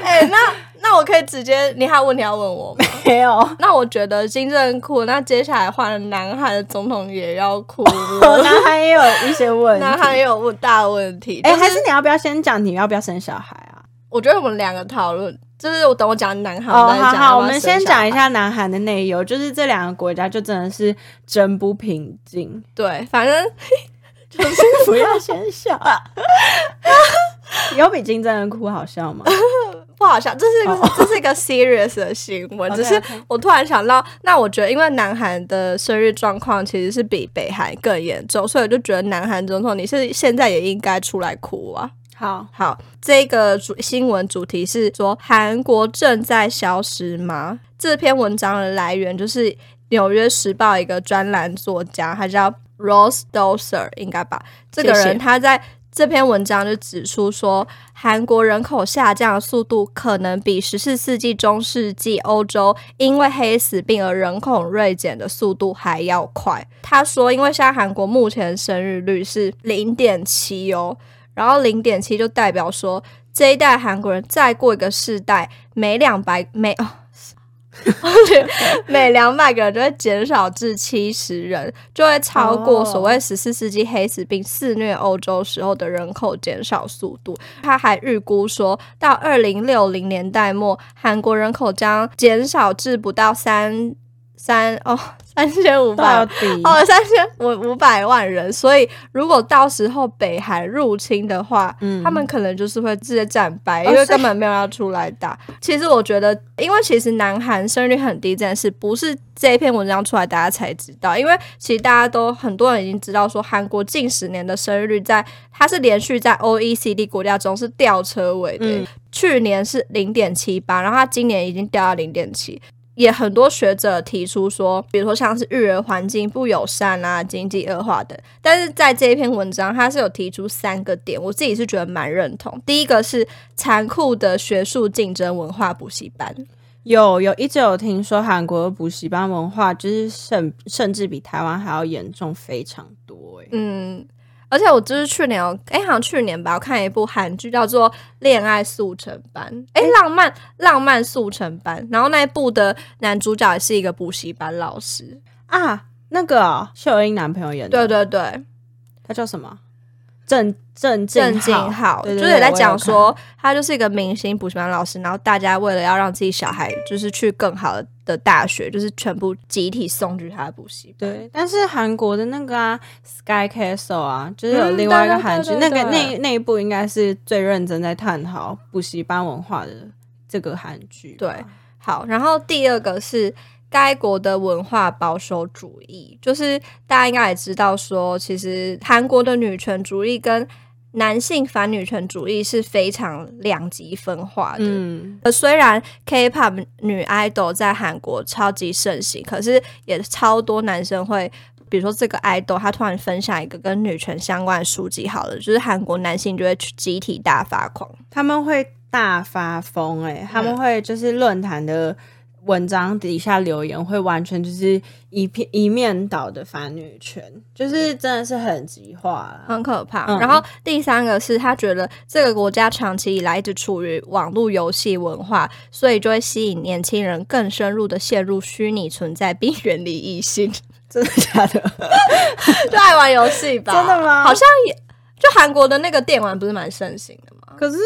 A: 哎、那那我可以直接，你还有问题要问我吗？
B: 没有，
A: 那我觉得金正恩哭，那接下来换了南韩的总统也要 哭
B: 我
A: 了，
B: 男孩也有一些问题。
A: 南韩也有问大问题。
B: 哎、
A: 但
B: 还是你要不要先讲你要不要生小孩啊？
A: 我觉得我们两个讨论，就是我等我讲南韩，
B: 哦，
A: 我再
B: 好
A: 讲
B: 好，
A: 要
B: 我
A: 不要
B: 们
A: 生
B: 先
A: 小
B: 讲一
A: 孩。
B: 下南韩的内忧，就是这两个国家就真的是真不平静。
A: 对，反正
B: 不要先笑， 有比金针的哭好笑吗？
A: 不好笑，这是一个、 这是一个 serious 的新闻。只是
B: OK，OK
A: 我突然想到，那我觉得因为南韩的生日状况其实是比北韩更严重，所以我就觉得南韩总统你是现在也应该出来哭啊。
B: 好，
A: 好，这个主新闻主题是说韩国正在消失吗？这篇文章的来源就是《纽约时报》一个专栏作家，他叫 Rose Doser，应该吧？这个
B: 谢
A: 人
B: 谢
A: 他在这篇文章就指出说，韩国人口下降的速度可能比十四世纪中世纪欧洲因为黑死病而人口锐减的速度还要快。他说，因为现在韩国目前生育率是零点七哦，然后零点七就代表说这一代韩国人再过一个世代，每两百每 哦。每两百个人就会减少至七十人，就会超过所谓十四世纪黑死病肆虐欧洲时候的人口减少速度。他还预估说，到二零六零年代末，韩国人口将减少至不到三三哦三千五百
B: 到底
A: 哦，三千五五百万人，所以如果到时候北韩入侵的话，
B: 嗯
A: 他们可能就是会直接战败，因
B: 哦
A: 为
B: 所以
A: 根本没有要出来打。其实我觉得，因为其实南韩生育率很低这件事，不是这一篇文章出来大家才知道，因为其实大家都很多人已经知道说，韩国近十年的生育率在它是连续在 E OECD 国家中是吊车尾的。
B: 嗯
A: 去年是零点七八，然后它今年已经掉到零点七，也很多学者提出说，比如说像是育儿环境不友善啊、经济恶化等。但是在这一篇文章，它是有提出三个点，我自己是觉得蛮认同。第一个是残酷的学术竞争文化补习班，
B: 有有一直有听说韩国的补习班文化就是甚甚至比台湾还要严重非常多哎、
A: 嗯。而且我就是去年有，哎、好像去年吧，我看一部韩剧叫做《恋爱速成班》，哎、浪漫浪漫速成班。然后那一部的男主角也是一个补习班老师，
B: 啊！那个哦秀英男朋友演
A: 对
B: 的，
A: 对对，
B: 他叫什么？郑郑
A: 郑
B: 敬
A: 敬
B: 浩
A: 浩，
B: 对对
A: 就
B: 对
A: 是在
B: 我有
A: 讲
B: 看
A: 说，他就是一个明星补习班老师，然后大家为了要让自己小孩就是去更好的大学，就是全部集体送去他的补习班。
B: 对，但是韩国的那个啊，Sky Castle 啊，就是有
A: 嗯
B: 另外一个韩剧，
A: 对对
B: 那
A: 对
B: 个
A: 对
B: 那那一部应该是最认真在探讨补习班文化的这个韩剧吧。
A: 对好，然后第二个是该国的文化保守主义，就是大家应该也知道说，其实韩国的女权主义跟男性反女权主义是非常两极分化的。
B: 嗯，
A: 呃，虽然 K-pop 女 idol 在韩国超级盛行，可是也超多男生会，比如说这个 idol 他突然分享一个跟女权相关的书籍，好了，就是韩国男性就会去集体大发狂。
B: 他们会大发疯哎、他
A: 嗯
B: 们会就是论坛的文章底下留言会完全就是一片一面倒的反女权，就是真的是很极化啦。
A: 很可怕。
B: 嗯
A: 然后第三个是他觉得这个国家长期以来一直处于网络游戏文化，所以就会吸引年轻人更深入的陷入虚拟存在，并远离异性。
B: 真的假的？
A: 就爱玩游戏吧？
B: 真的吗
A: 好像也就韩国的那个电玩不是蛮盛行的吗？
B: 可是，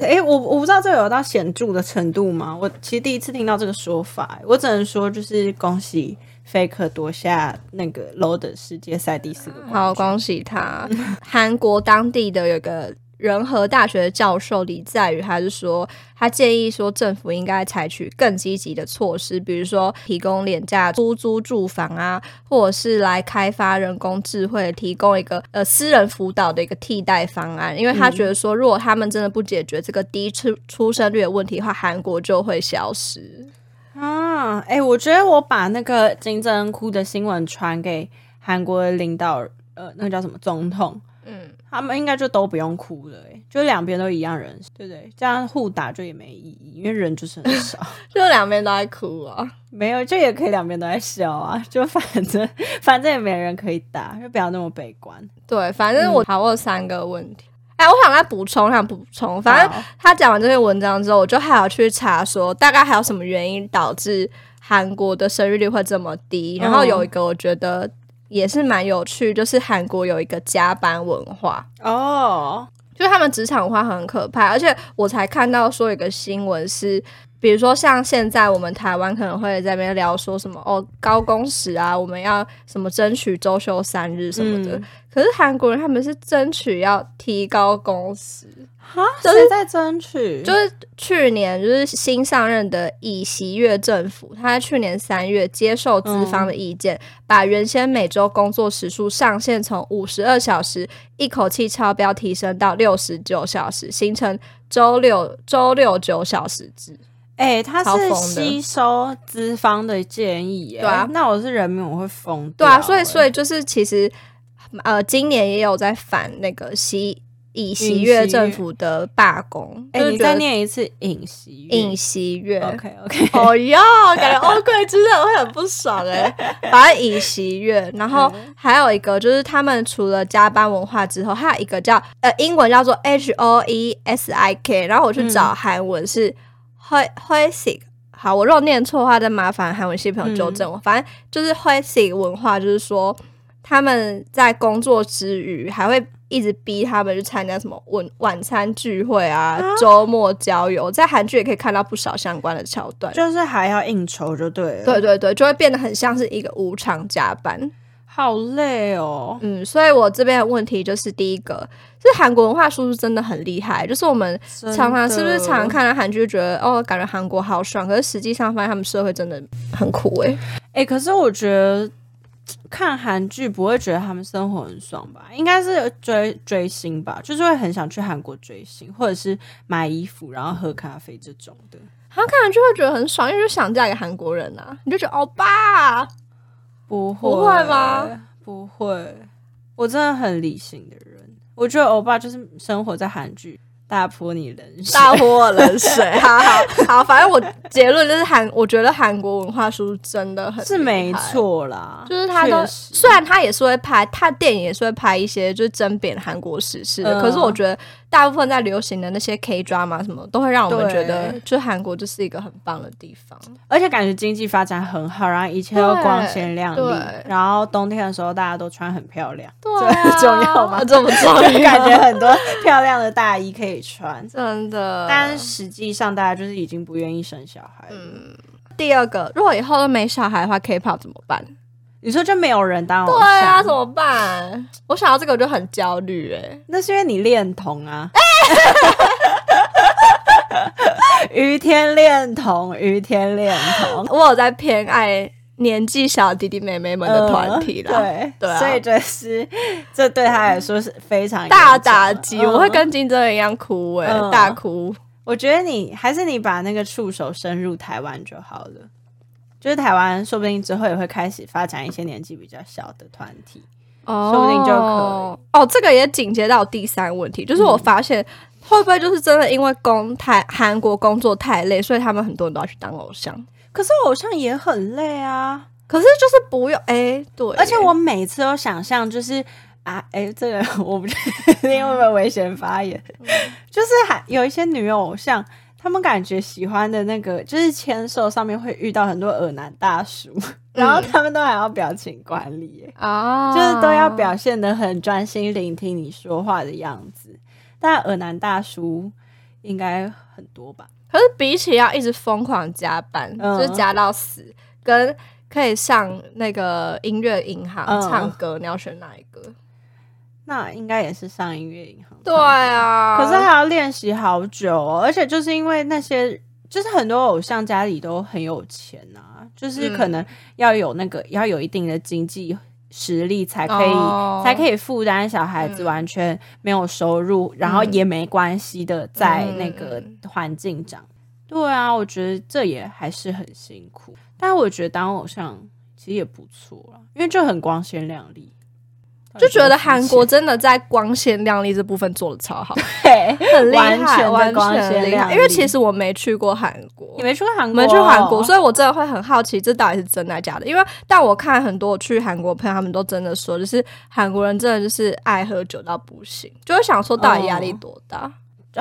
B: 哎、我我不知道这有到显著的程度吗？我其实第一次听到这个说法，我只能说就是恭喜 Faker 夺下那个 low 的世界赛第四个冠军。
A: 好，恭喜他！韩国当地的有个仁和大学的教授李在宇，他是说，他建议说政府应该采取更积极的措施，比如说提供廉价出租住房啊，或者是来开发人工智慧，提供一个呃私人辅导的一个替代方案。因为他觉得说，如果他们真的不解决这个低出出生率的问题的话，韩国就会消失。
B: 啊！哎、我觉得我把那个金正恩哭的新闻传给韩国的领导，呃，那个叫什么总统，
A: 嗯，
B: 他们应该就都不用哭了、诶就两边都一样人，对不对？这样互打就也没意义，因为人就是很少。
A: 就两边都在哭啊、
B: 没有，这也可以两边都在笑啊，就反正反正也没人可以打，就不要那么悲观。
A: 对，反
B: 嗯
A: 正我好，我有三个问题。哎、我想再补充，我想补充。反正
B: 好
A: 他讲完这篇文章之后，我就还要去查说，大概还有什么原因导致韩国的生育率会这么低。然后
B: 嗯
A: 有一个我觉得也是蛮有趣，就是韩国有一个加班文化。
B: 哦，
A: 就是他们职场文化很可怕，而且我才看到说有个新闻是，比比如说像现在我们台湾可能会在那边聊说什么哦高工时啊，我们要什么争取周休三日什么的。
B: 嗯
A: 可是韩国人他们是争取要提高工时，
B: 哈，
A: 就是
B: 谁在争取？
A: 就是去年就是新上任的尹锡悦政府，他在去年三月接受资方的意见，把原先每周工作时数上限从五十二小时一口气超标提升到六十九小时，形成周六周六九小时制。
B: 哎、他
A: 超疯
B: 是
A: 的
B: 吸收资方的建议、耶
A: 对啊
B: 那我是人民，我会疯
A: 对
B: 掉、欸
A: 啊，所以所
B: 以
A: 以就是其实呃，今年也有在反那个西尹锡悦政府的罢工，
B: 哎、
A: 就是
B: 你
A: 觉得
B: 再念一次尹锡悦
A: 尹锡悦。
B: ，OK OK，
A: 哦哟，感觉欧贵真的会很不爽哎、反正以喜悦，然后还有一个就是他们除了加班文化之后，还有一个叫呃英文叫做 H O E S I K，然后我去找韩文是 h o i s i k 好，我如果念错的话，再麻烦韩文系朋友纠正我。反正就是 h o i s i k 文化，就是说他们在工作之余还会。一直逼他们去参加什么晚晚餐聚会啊，周末郊游，在韩剧也可以看到不少相关的桥段。
B: 就是还要应酬就对了，
A: 对，对对，就会变得很像是一个无偿加班。
B: 好累哦。
A: 嗯，所以我这边的问题就是第一个，是韩国文化输出真的很厉害，就是我们
B: 真的
A: 常常是不是常常看到韩剧，觉得哦，感觉韩国好爽，可是实际上发现他们社会真的很苦欸诶、
B: 哎、可是我觉得看韩剧不会觉得他们生活很爽吧？应该是追追星吧，就是会很想去韩国追星，或者是买衣服然后喝咖啡这种的。
A: 然后看完就会觉得很爽，因为就想嫁给韩国人啊，你就觉得欧巴、
B: 不会，
A: 不会吗？
B: 不会，我真的很理性的人。我觉得欧巴就是生活在韩剧，大泼你冷水。
A: 大泼我冷 水，好好好，反正我结论就是韩，我觉得韩国文化输出真的很
B: 是没
A: 厉害
B: 错啦，
A: 就是他都
B: 确实
A: 虽然他也是会拍，他电影也是会拍一些就是针砭韩国时事的，
B: 嗯
A: 可是我觉得大部分在流行的那些 K drama 什么，都会让我们
B: 对
A: 觉得，就韩国就是一个很棒的地方。
B: 而且感觉经济发展很好，然后一切都
A: 对
B: 光鲜亮丽
A: 对，
B: 然后冬天的时候大家都穿很漂亮，
A: 对、啊，
B: 这重要吗？
A: 这么重要？，
B: 就感觉很多漂亮的大衣可以穿
A: 真的。
B: 但实际上大家就是已经不愿意生小孩了。
A: 嗯第二个，如果以后都没小孩的话，K-pop 怎么办？
B: 你说就没有人当偶
A: 对
B: 像？
A: 啊，怎么办？我想到这个我就很焦虑哎、
B: 那是因为你恋童 啊。于天恋童，于天恋 童
A: 我有在偏爱年纪小弟弟妹妹们的团体啦。
B: 呃对
A: 对啊
B: 所以就是这对他来说是非常
A: 大
B: 严重
A: 打
B: 的
A: 击，
B: 嗯
A: 我会跟金正一样哭哎、
B: 嗯
A: 大哭。
B: 我觉得你还是你把那个触手伸入台湾就好了，就是台湾说不定之后也会开始发展一些年纪比较小的团体。
A: 哦
B: 说不定就可以
A: 哦，这个也紧接到第三个问题，就是我发现、会不会就是真的因为工太韩国工作太累，所以他们很多人都要去当偶像。
B: 可是偶像也很累啊，
A: 可是就是不用哎、对，
B: 而且我每次都想象就是啊，哎、这个我不确定会不会危险发言，就是还有一些女偶像。他们感觉喜欢的那个就是签售上面会遇到很多耳男大叔，然后他们都还要表情管理耶、
A: 啊，
B: 就是都要表现的很专心聆听你说话的样子。但尔南大叔应该很多吧？
A: 可是比起要一直疯狂加班，
B: 嗯
A: 就是加到死，跟可以上那个音乐银行
B: 嗯
A: 唱歌，你要选哪一个？
B: 那应该也是上音乐银行。
A: 对，啊，
B: 可是还要练习好久、哦，而且就是因为那些。就是很多偶像家里都很有钱啊，就是
A: 嗯
B: 可能要有那个、要有一定的经济实力才可以、
A: 哦嗯
B: 才可以负担小孩子完全没有收入，然后也没关系的在
A: 嗯
B: 那个环境长。对啊，我觉得这也还是很辛苦，但我觉得当偶像其实也不错啊，因为就很光鲜亮丽，
A: 就觉得韩国真的在光鲜亮丽这部分做的超好，
B: 对
A: 很厉
B: 完全
A: 害，
B: 的
A: 完
B: 光鲜
A: 全厉
B: 亮
A: 害。
B: 丽
A: 因为其实我没去过韩国
B: 你。没去过韩
A: 我
B: 国、
A: 没去韩国，所以我真的会很好奇，这到底是真的还是假的？因为但我看很多去韩国的朋友，他们都真的说，就是韩国人真的就是爱喝酒到不行，就会想说到底压力
B: 嗯
A: 多大？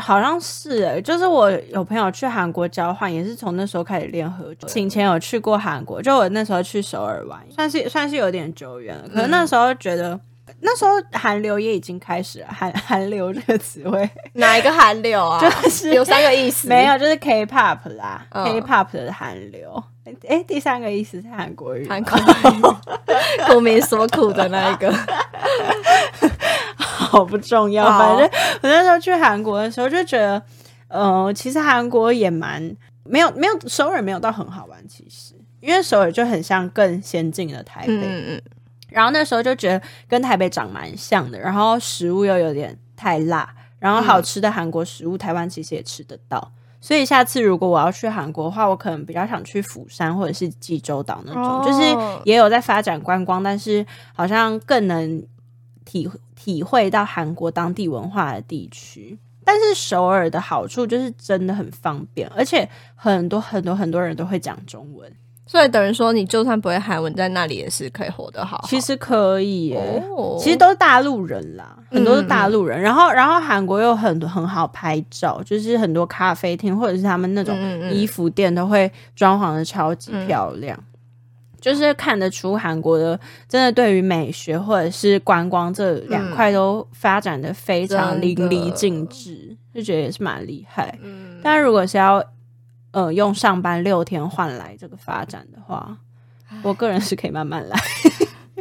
B: 好像是诶、就是我有朋友去韩国交换，也是从那时候开始练喝酒。请前有
A: 嗯
B: 去过韩国，就我那时候去首尔玩，算是算是有点久远了。可是那时候觉得那时候韩流也已经开始了，韩韩流这个词汇
A: 哪一个韩流啊？
B: 就是
A: 有三个意思，
B: 没有，就是 K-pop 啦、
A: 嗯
B: k p o p 的韩流。哎，第三个意思是韩国语吗，
A: 韩国语苦民所苦的那 一个。
B: 好不重要。
A: 好
B: 反正我那时候去韩国的时候就觉得，呃，其实韩国也蛮没有没有首尔没有到很好玩，其实因为首尔就很像更先进的台北，
A: 嗯嗯
B: 然后那时候就觉得跟台北长蛮像的，然后食物又有点太辣，然后
A: 嗯
B: 好吃的韩国食物、台湾其实也吃得到。所以下次如果我要去韩国的话，我可能比较想去釜山或者是济州岛那种，
A: 哦
B: 就是也有在发展观光，但是好像更能体体会到韩国当地文化的地区。但是首尔的好处就是真的很方便，而且很多很多很多人都会讲中文，
A: 所以等于说，你就算不会韩文，在那里也是可以活得好好。
B: 其实可以耶、
A: 哦，嗯
B: 其实都是大陆人啦，很多是大陆人。然后，然后韩国又很多很好拍照，就是很多咖啡厅或者是他们那种
A: 嗯嗯嗯嗯
B: 衣服店都会装潢的超级漂亮，就是看得出韩国的真的对于美学或者是观光这两块都发展的非常淋
A: 真的嗯
B: 漓尽致，就觉得也是蛮厉害。但如果是要呃用上班六天换来这个发展的话，我个人是可以慢慢来。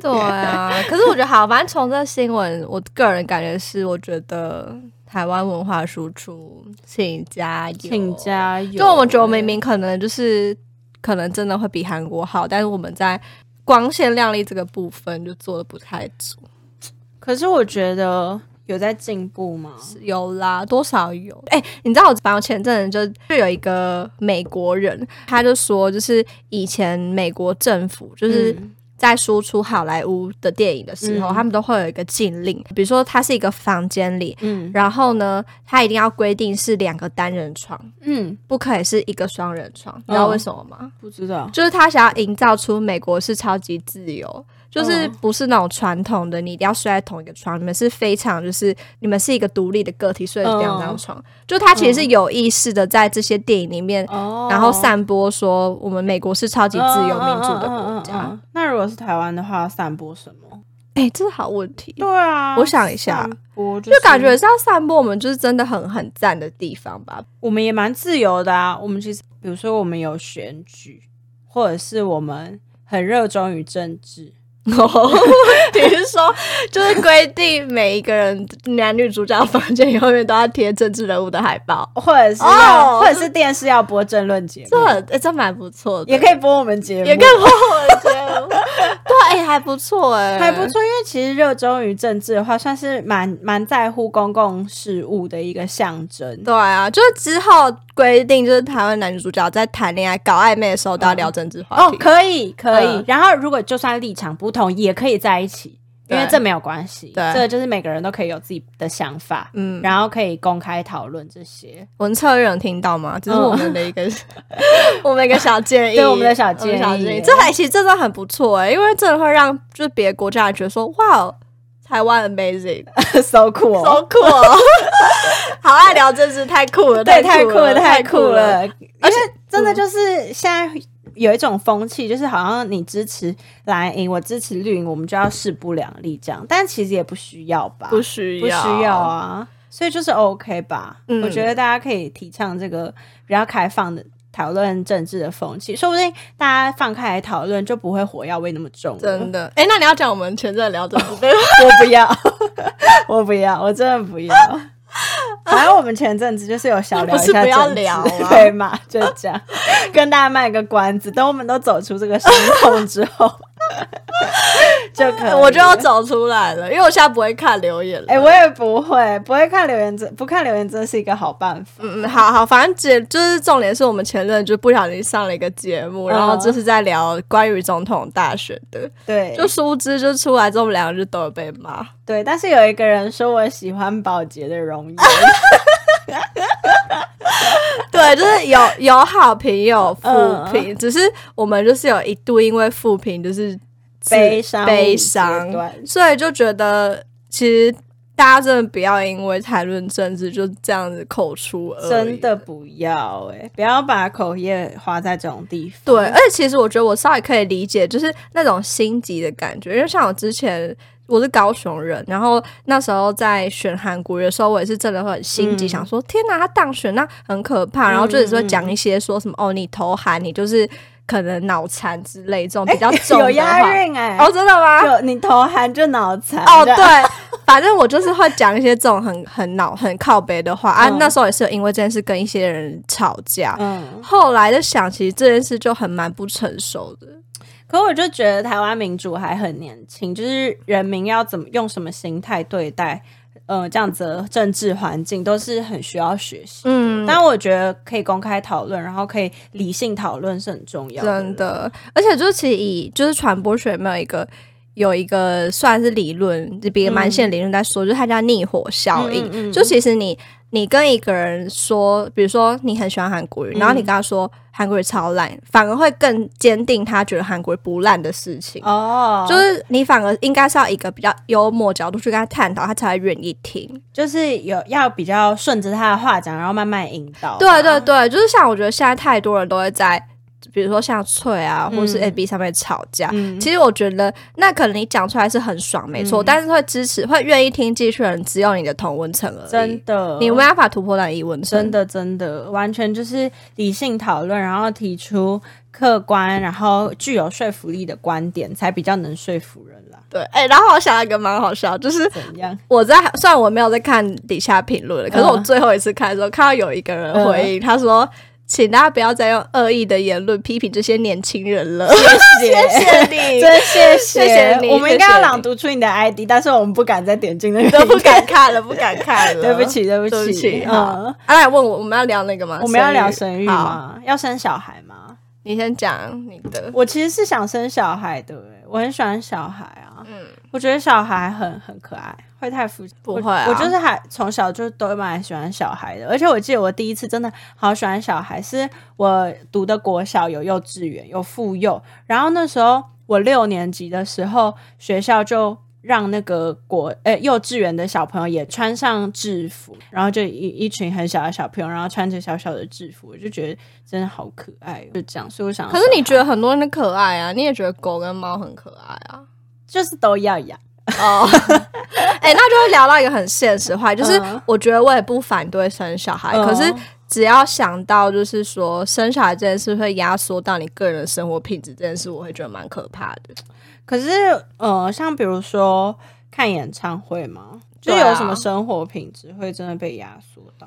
A: 对啊。可是我觉得好，反正从这新闻，我个人感觉是，我觉得台湾文化输出，请加油，
B: 请加油！
A: 啊就我们觉得我们明明可能就是可能真的会比韩国好，但是我们在光鲜亮丽这个部分就做的不太足。
B: 可是我觉得有在进步吗？
A: 有啦，多少有。哎、你知道我，反正我前阵子就就有一个美国人，他就说，就是以前美国政府就是。
B: 嗯
A: 在输出好莱坞的电影的时候，
B: 嗯
A: 他们都会有一个禁令，比如说它是一个房间里，
B: 嗯
A: 然后呢，它一定要规定是两个单人床，
B: 嗯，
A: 不可以是一个双人床。你知道
B: 哦
A: 为什么吗？
B: 不知道。
A: 就是他想要营造出美国是超级自由，
B: 哦
A: 就是不是那种传统的你一定要睡在同一个床，你们是非常就是你们是一个独立的个体，睡在两张床。就他其实是有意识的在这些电影里面，
B: 哦
A: 然后散播说我们美国是超级自由民主的
B: 嗯嗯
A: 国
B: 嗯嗯
A: 家。
B: 嗯那如果是台湾的话，散播什么？
A: 哎，这是好问题。
B: 对啊，
A: 我想一下
B: 散播就
A: 就感觉
B: 是
A: 是要散播我们就是真的很很赞的地方 吧，
B: 我们也蛮自由的啊。我们其实，比如说我们有选举，或者是我们很热衷于政治。
A: 哦，比如说，就是规定每一个人男女主角房间后面都要贴政治人物的海报，
B: 或者是要
A: 哦
B: 或者是电视要播政论节目，
A: 这很、欸、这蛮不错的，
B: 也可以播我们节目，啊
A: 也可以播我的节目，对，哎、还不错哎、
B: 还不错，因为其实热衷于政治的话，算是蛮蛮在乎公共事务的一个象征。
A: 对啊，就是之后规定，就是台湾男女主角在谈恋爱、搞暧昧的时候都要聊政治话
B: 哦，
A: 题。
B: 可以可以。
A: 嗯
B: 然后如果就算立场不同，也可以在一起，因为
A: 对
B: 这没有关系。
A: 对
B: 这个就是每个人都可以有自己的想法，
A: 嗯，
B: 然后可以公开讨论这些。
A: 文策略有听到吗？这是我们的一个， 我们一个小建议，
B: 嗯对我们的小建议
A: 我们这还其实真的很不错哎、因为真的会让就是别的国家人觉得说，哇，台湾 amazing，
B: so cool，
A: so cool，好爱聊政治，太酷了，
B: 对，
A: 太
B: 太酷
A: 了，
B: 了，太
A: 太
B: 酷
A: 了。
B: 了。而且真的就是现在有一种风气，就是好像你支持蓝营，我支持绿营，我们就要势不两立这样。但其实也不需要吧，
A: 不需
B: 不
A: 要，
B: 需要啊，所以就是 OK 吧。
A: 嗯
B: 我觉得大家可以提倡这个比较开放的讨论政治的风气，说不定大家放开来讨论就不会火药味那么重了。
A: 真的。哎、那你要讲我们前阵聊政 治，对吧
B: 我不要，我不要，我真的不要。反正我们前阵子就是有小聊一下
A: 不是不要
B: 政治
A: 聊啊
B: 对嘛？就这样，跟大家卖个关子。等我们都走出这个伤痛之后， 就可以
A: 我就要走出来了，因为我现在不会看留言了。
B: 哎、我也不会，不会看留言，真不看留言真是一个好办法。
A: 嗯嗯，好好，反正姐就是重点是我们前阵就不小心上了一个节目，然后就是在聊关于总统大选的，
B: 嗯对，
A: 就殊不知就出来之后，我们两个就都有被 骂。
B: 对，但是有一个人说我喜欢保洁的容
A: 啊
B: 颜，
A: 对，就是有有好评，也
B: 嗯
A: 有负评，只是我们就是有一度因为负评就是自
B: 悲伤
A: 悲伤
B: 无阶段，
A: 所以就觉得其实大家真的不要因为谈论政治就这样子口出恶言
B: 真。的不要哎、不要把口业花在这种地方。
A: 对，而且其实我觉得我稍微可以理解，就是那种心急的感觉，因为像我之前我是高雄人，然后那时候在选韩国瑜的时候，我也是真的会很心急，
B: 嗯
A: 想说天哪，他当选那很可怕，然后就只是会讲一些说什
B: 嗯
A: 么、哦，你投韩，你就是可能脑残之类这种比较重
B: 哎有
A: 的话。
B: 押韵哎、
A: 哦，真的吗？
B: 有你头含就脑残
A: 哦，
B: 这样
A: 对，反正我就是会讲一些这种很很脑很靠北的话啊。
B: 嗯
A: 那时候也是有因为这件事跟一些人吵架，
B: 嗯，
A: 后来就想，其实这件事就很蛮不成熟的。
B: 可我就觉得台湾民主还很年轻，就是人民要怎么用什么心态对待，呃，这样子的政治环境都是很需要学习。
A: 嗯，
B: 但我觉得可以公开讨论，然后可以理性讨论是很重要的。
A: 真的，而且就是其实以就是传播学有没有一个。有一个算是理论，就比蛮线理论在说，就是它叫逆火效应。
B: 嗯嗯嗯
A: 就其实你你跟一个人说，比如说你很喜欢韩
B: 嗯
A: 国语，然后你跟他说韩国语超烂，反而会更坚定他觉得韩国语不烂的事情。
B: 哦，就
A: 就是是你反而应该是要以一个比较幽默角度去跟他探讨，他才会愿意听。
B: 就是有要比较顺着他的话讲，然后慢慢引导。
A: 对对对，就是像我觉得现在太多人都会在，比如说像翠啊，或是
B: 嗯
A: AB 上面吵架。
B: 嗯，
A: 其实我觉得，那可能你讲出来是很爽，没错，
B: 嗯
A: 但是会支持、会愿意听继续的人只有你的同温层而已，
B: 真的，
A: 你没办法突破到疑问层
B: 真。的真的完全就是理性讨论，然后提出客观，然后具有说服力的观点，才比较能说服人啦。
A: 对，哎、然后我想到一个蛮好笑，就是
B: 怎样？
A: 我在虽然我没有在看底下评论了，可是我
B: 嗯
A: 最后一次看的时候，看到有一个人回应，他说：“请大家不要再用恶意的言论批评这些年轻人了。”
B: 谢
A: 谢谢 你，
B: 真谢谢
A: 谢谢你
B: 我们应该
A: 谢谢
B: 要
A: 你
B: 朗读出你的 ID，但是我们不敢再点进那个，
A: 都不敢看了，不敢看了。
B: 对不，起，对不起，
A: 对不起。好
B: 嗯，，
A: 啊阿来问我，我们要聊那个吗？
B: 我们要聊
A: 生
B: 生
A: 育
B: 育？
A: 好
B: 吗？要生小孩吗？
A: 你先讲你的。
B: 我其实是想生小孩的欸，我很喜欢小孩啊。嗯，我觉得小孩很很可爱，会太肤
A: 不会啊
B: 我，我就是还从小就都蛮喜欢小孩的，而且我记得我第一次真的好喜欢小孩，是我读的国小有幼稚园有妇幼，然后那时候我六年级的时候，学校就。让那个国呃、幼稚园的小朋友也穿上制服，然后就一一群很小的小朋友，然后穿着小小的制服，我就觉得真的好可爱哦，就这样。所以我想要
A: 可
B: 小孩，
A: 是你觉得很多人的可爱啊，你也觉得狗跟猫很可爱啊。
B: 就是都要养，
A: 哦，哎、那就会聊到一个很现实话，就是
B: 嗯
A: 我觉得我也不反对生小孩，
B: 嗯
A: 可是只要想到就是说生小孩这件事会压缩到你个人的生活品质这件事，我会觉得蛮可怕的。
B: 可是，呃，像比如说看演唱会嘛，就
A: 对啊
B: 有什么生活品质会真的被压缩到？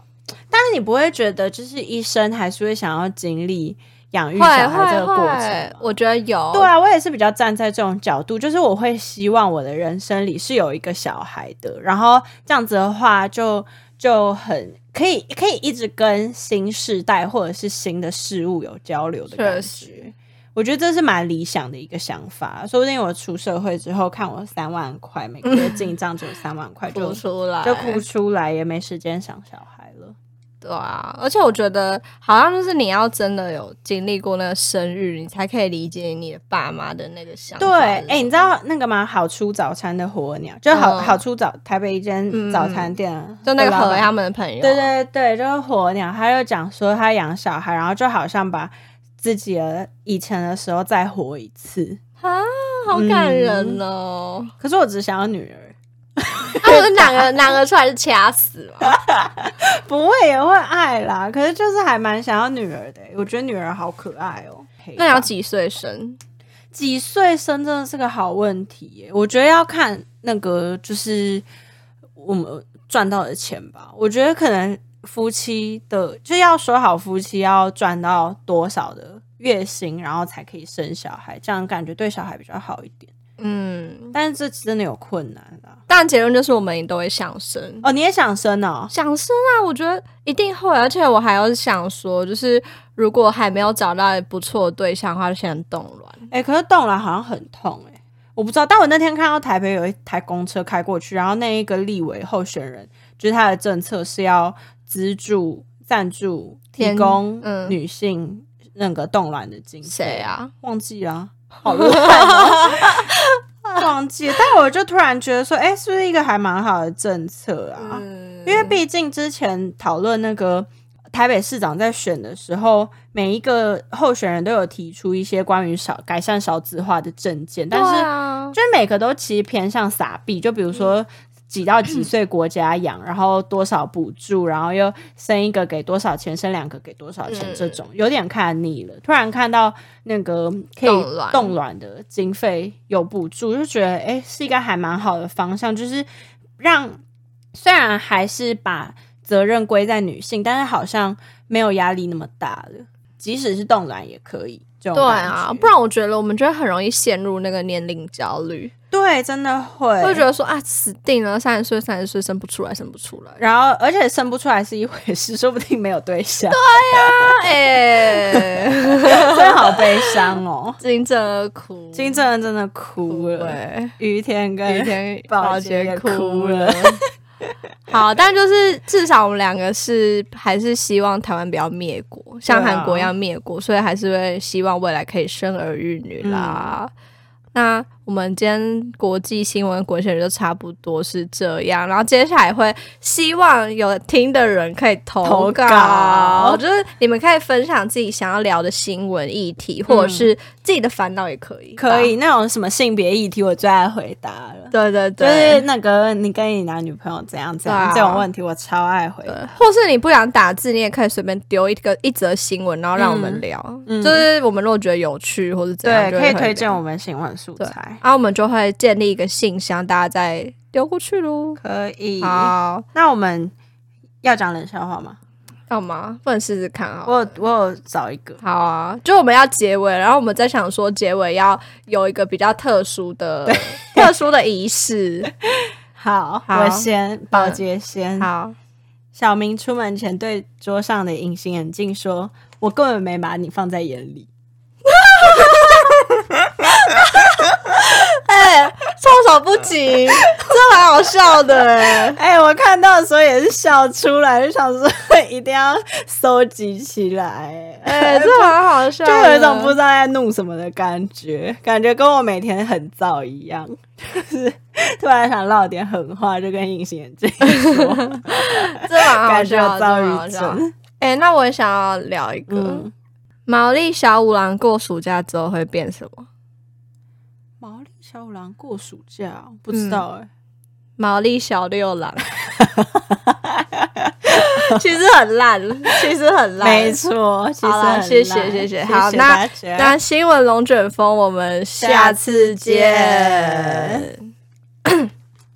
B: 但是你不会觉得，就是一生还是会想要经历养育小
A: 会
B: 孩
A: 会
B: 这个过程
A: 会，
B: 吗？
A: 我觉得有，
B: 对啊，我也是比较站在这种角度，就是我会希望我的人生里是有一个小孩的，然后这样子的话就就很可以可以一直跟新世代或者是新的事物有交流的感
A: 确实
B: 觉。我觉得这是蛮理想的一个想法，说不定我出社会之后，看我三万块每个月进账只有三万 块，就
A: 哭出来
B: 就哭出来，也没时间想小孩了。
A: 对啊，而且我觉得好像就是你要真的有经历过那个生育，你才可以理解你的爸妈的那个想法。
B: 对，哎、你知道那个吗？好出早餐的火鸟，就好、
A: 嗯
B: 好出早台北一间早餐店，
A: 就那个
B: 老
A: 和
B: 板
A: 他们的朋友，
B: 对对对，就是火鸟，他就讲说他养小孩，然后就好像把自己的以前的时候再活一次。
A: 啊，好感
B: 嗯
A: 人哦。
B: 可是我只想要女儿，
A: 他们哪个哪个出来是掐死嘛？
B: 不会也会爱啦。可是就是还蛮想要女儿的欸、我觉得女儿好可爱哦、陪
A: 那要
B: 伴
A: 几岁生？
B: 几岁生真的是个好问题耶，我觉得要看那个就是我们赚到的钱吧。我觉得可能夫妻的就要说好夫妻要赚到多少的月薪，然后才可以生小孩，这样感觉对小孩比较好一点。
A: 嗯，
B: 但是这真的有困难啊！
A: 但结论就是我们都会想生，
B: 哦，你也想生哦？
A: 想生啊！我觉得一定会，而且我还要想说，就是如果还没有找到不错的对象的话，就先冻卵。
B: 哎、可是冻卵好像很痛哎、我不知道。但我那天看到台北有一台公车开过去，然后那一个立委候选人，就是他的政策是要资助、赞助、提
A: 天
B: 供
A: 嗯
B: 女性那个冻卵的经费。
A: 谁？啊？
B: 忘 记了，好烂、哦。 忘记了，但我就突然觉得说，哎、是不是一个还蛮好的政策啊？
A: 嗯，
B: 因为毕竟之前讨论那个台北市长在选的时候，每一个候选人都有提出一些关于少改善少子化的政见，但
A: 对
B: 是
A: 啊哦，
B: 就是每个都其实偏向撒币，就比如
A: 嗯
B: 说几到几岁国家养，然后多少补助，然后又生一个给多少钱，生两个给多少钱，
A: 嗯
B: 这种有点看腻了。突然看到那个可以
A: 冻卵
B: 冻卵的经费有补助，就觉得哎、诶是一个还蛮好的方向，就是让虽然还是把责任归在女性，但是好像没有压力那么大了。即使是冻卵也可以，这种
A: 对啊，
B: 感觉
A: 不然我觉得我们就会很容易陷入那个年龄焦虑，
B: 对真的会
A: 会觉得说啊，死定了，三十岁三十岁生不出来，生不出来。
B: 然后，而且生不出来是一回事， 说不定没有对象，
A: 哎、
B: 真的好悲伤哦。
A: 金正恩哭，
B: 金正恩真的哭了，
A: 嗯对，
B: 于天跟
A: 有一天
B: 宝
A: 宝
B: 洁
A: 洁
B: 哎也哭
A: 哭了。 好，但就是至少我们两个是还是希望台湾不要灭国，像
B: 对啊
A: 韩国一样灭国，所以还是会希望未来可以生儿育女
B: 嗯
A: 啦。那我们今天国际新闻国选就差不多是这样，然后接下来会希望有听的人可以投
B: 投
A: 稿，
B: 稿
A: 就是你们可以分享自己想要聊的新闻议题，或者是自己的烦恼也可以，
B: 嗯可以那种什么性别议题，我最爱回答了，
A: 对对
B: 就
A: 对，
B: 是那个你跟你男女朋友怎样怎样、
A: 对啊
B: 这种问题，我超爱回答。
A: 对，或是你不想打字，你也可以随便丢一个一则新闻，然后让我们聊。
B: 嗯
A: 就是我们如果觉得有趣或者怎样，
B: 对，
A: 啊就
B: 可以
A: 会
B: 推
A: 聊
B: 荐我们新闻素材，
A: 然后我们就会建立一个信箱，大家再丢过去喽。
B: 可以。
A: 好，
B: 那我们要讲冷笑话吗？
A: 干嘛？不能试试看啊？
B: 我有我有找一个，
A: 好啊，就我们要结尾，然后我们在想说结尾要有一个比较特殊的、 特殊的仪式。
B: 好，
A: 好
B: 我先，宝洁先，
A: 好，
B: 小明出门前对桌上的隐形眼镜说：“我根本没把你放在眼里。
A: 哎、措手不 及，这蛮好笑的、哎
B: 哎，我看到的时候也是笑出来，就想说 一定要搜集起来。
A: 哎、这蛮好笑
B: 就
A: 的，
B: 有一种不知道在弄什么的感觉，感觉跟我每天很燥一样，就是突然想唠点狠话，就跟隐形眼镜 说，
A: 这蛮好
B: 感觉有
A: 笑的，
B: 躁
A: 这蛮好
B: 郁
A: 笑的。
B: 症。
A: 哎、那我也想要聊一个、
B: 嗯，
A: 毛利小五郎过暑假之后会变什么？
B: 毛利小五郎过暑假，不知道哎、
A: 毛利小六郎， 其实很烂，其实很烂。
B: 没错，其实
A: 好啦
B: 很
A: 谢谢
B: 烂
A: 谢谢
B: 谢
A: 好
B: 谢
A: 那
B: 大家
A: 那新闻龙卷风，我们下次
B: 下次见
A: 见。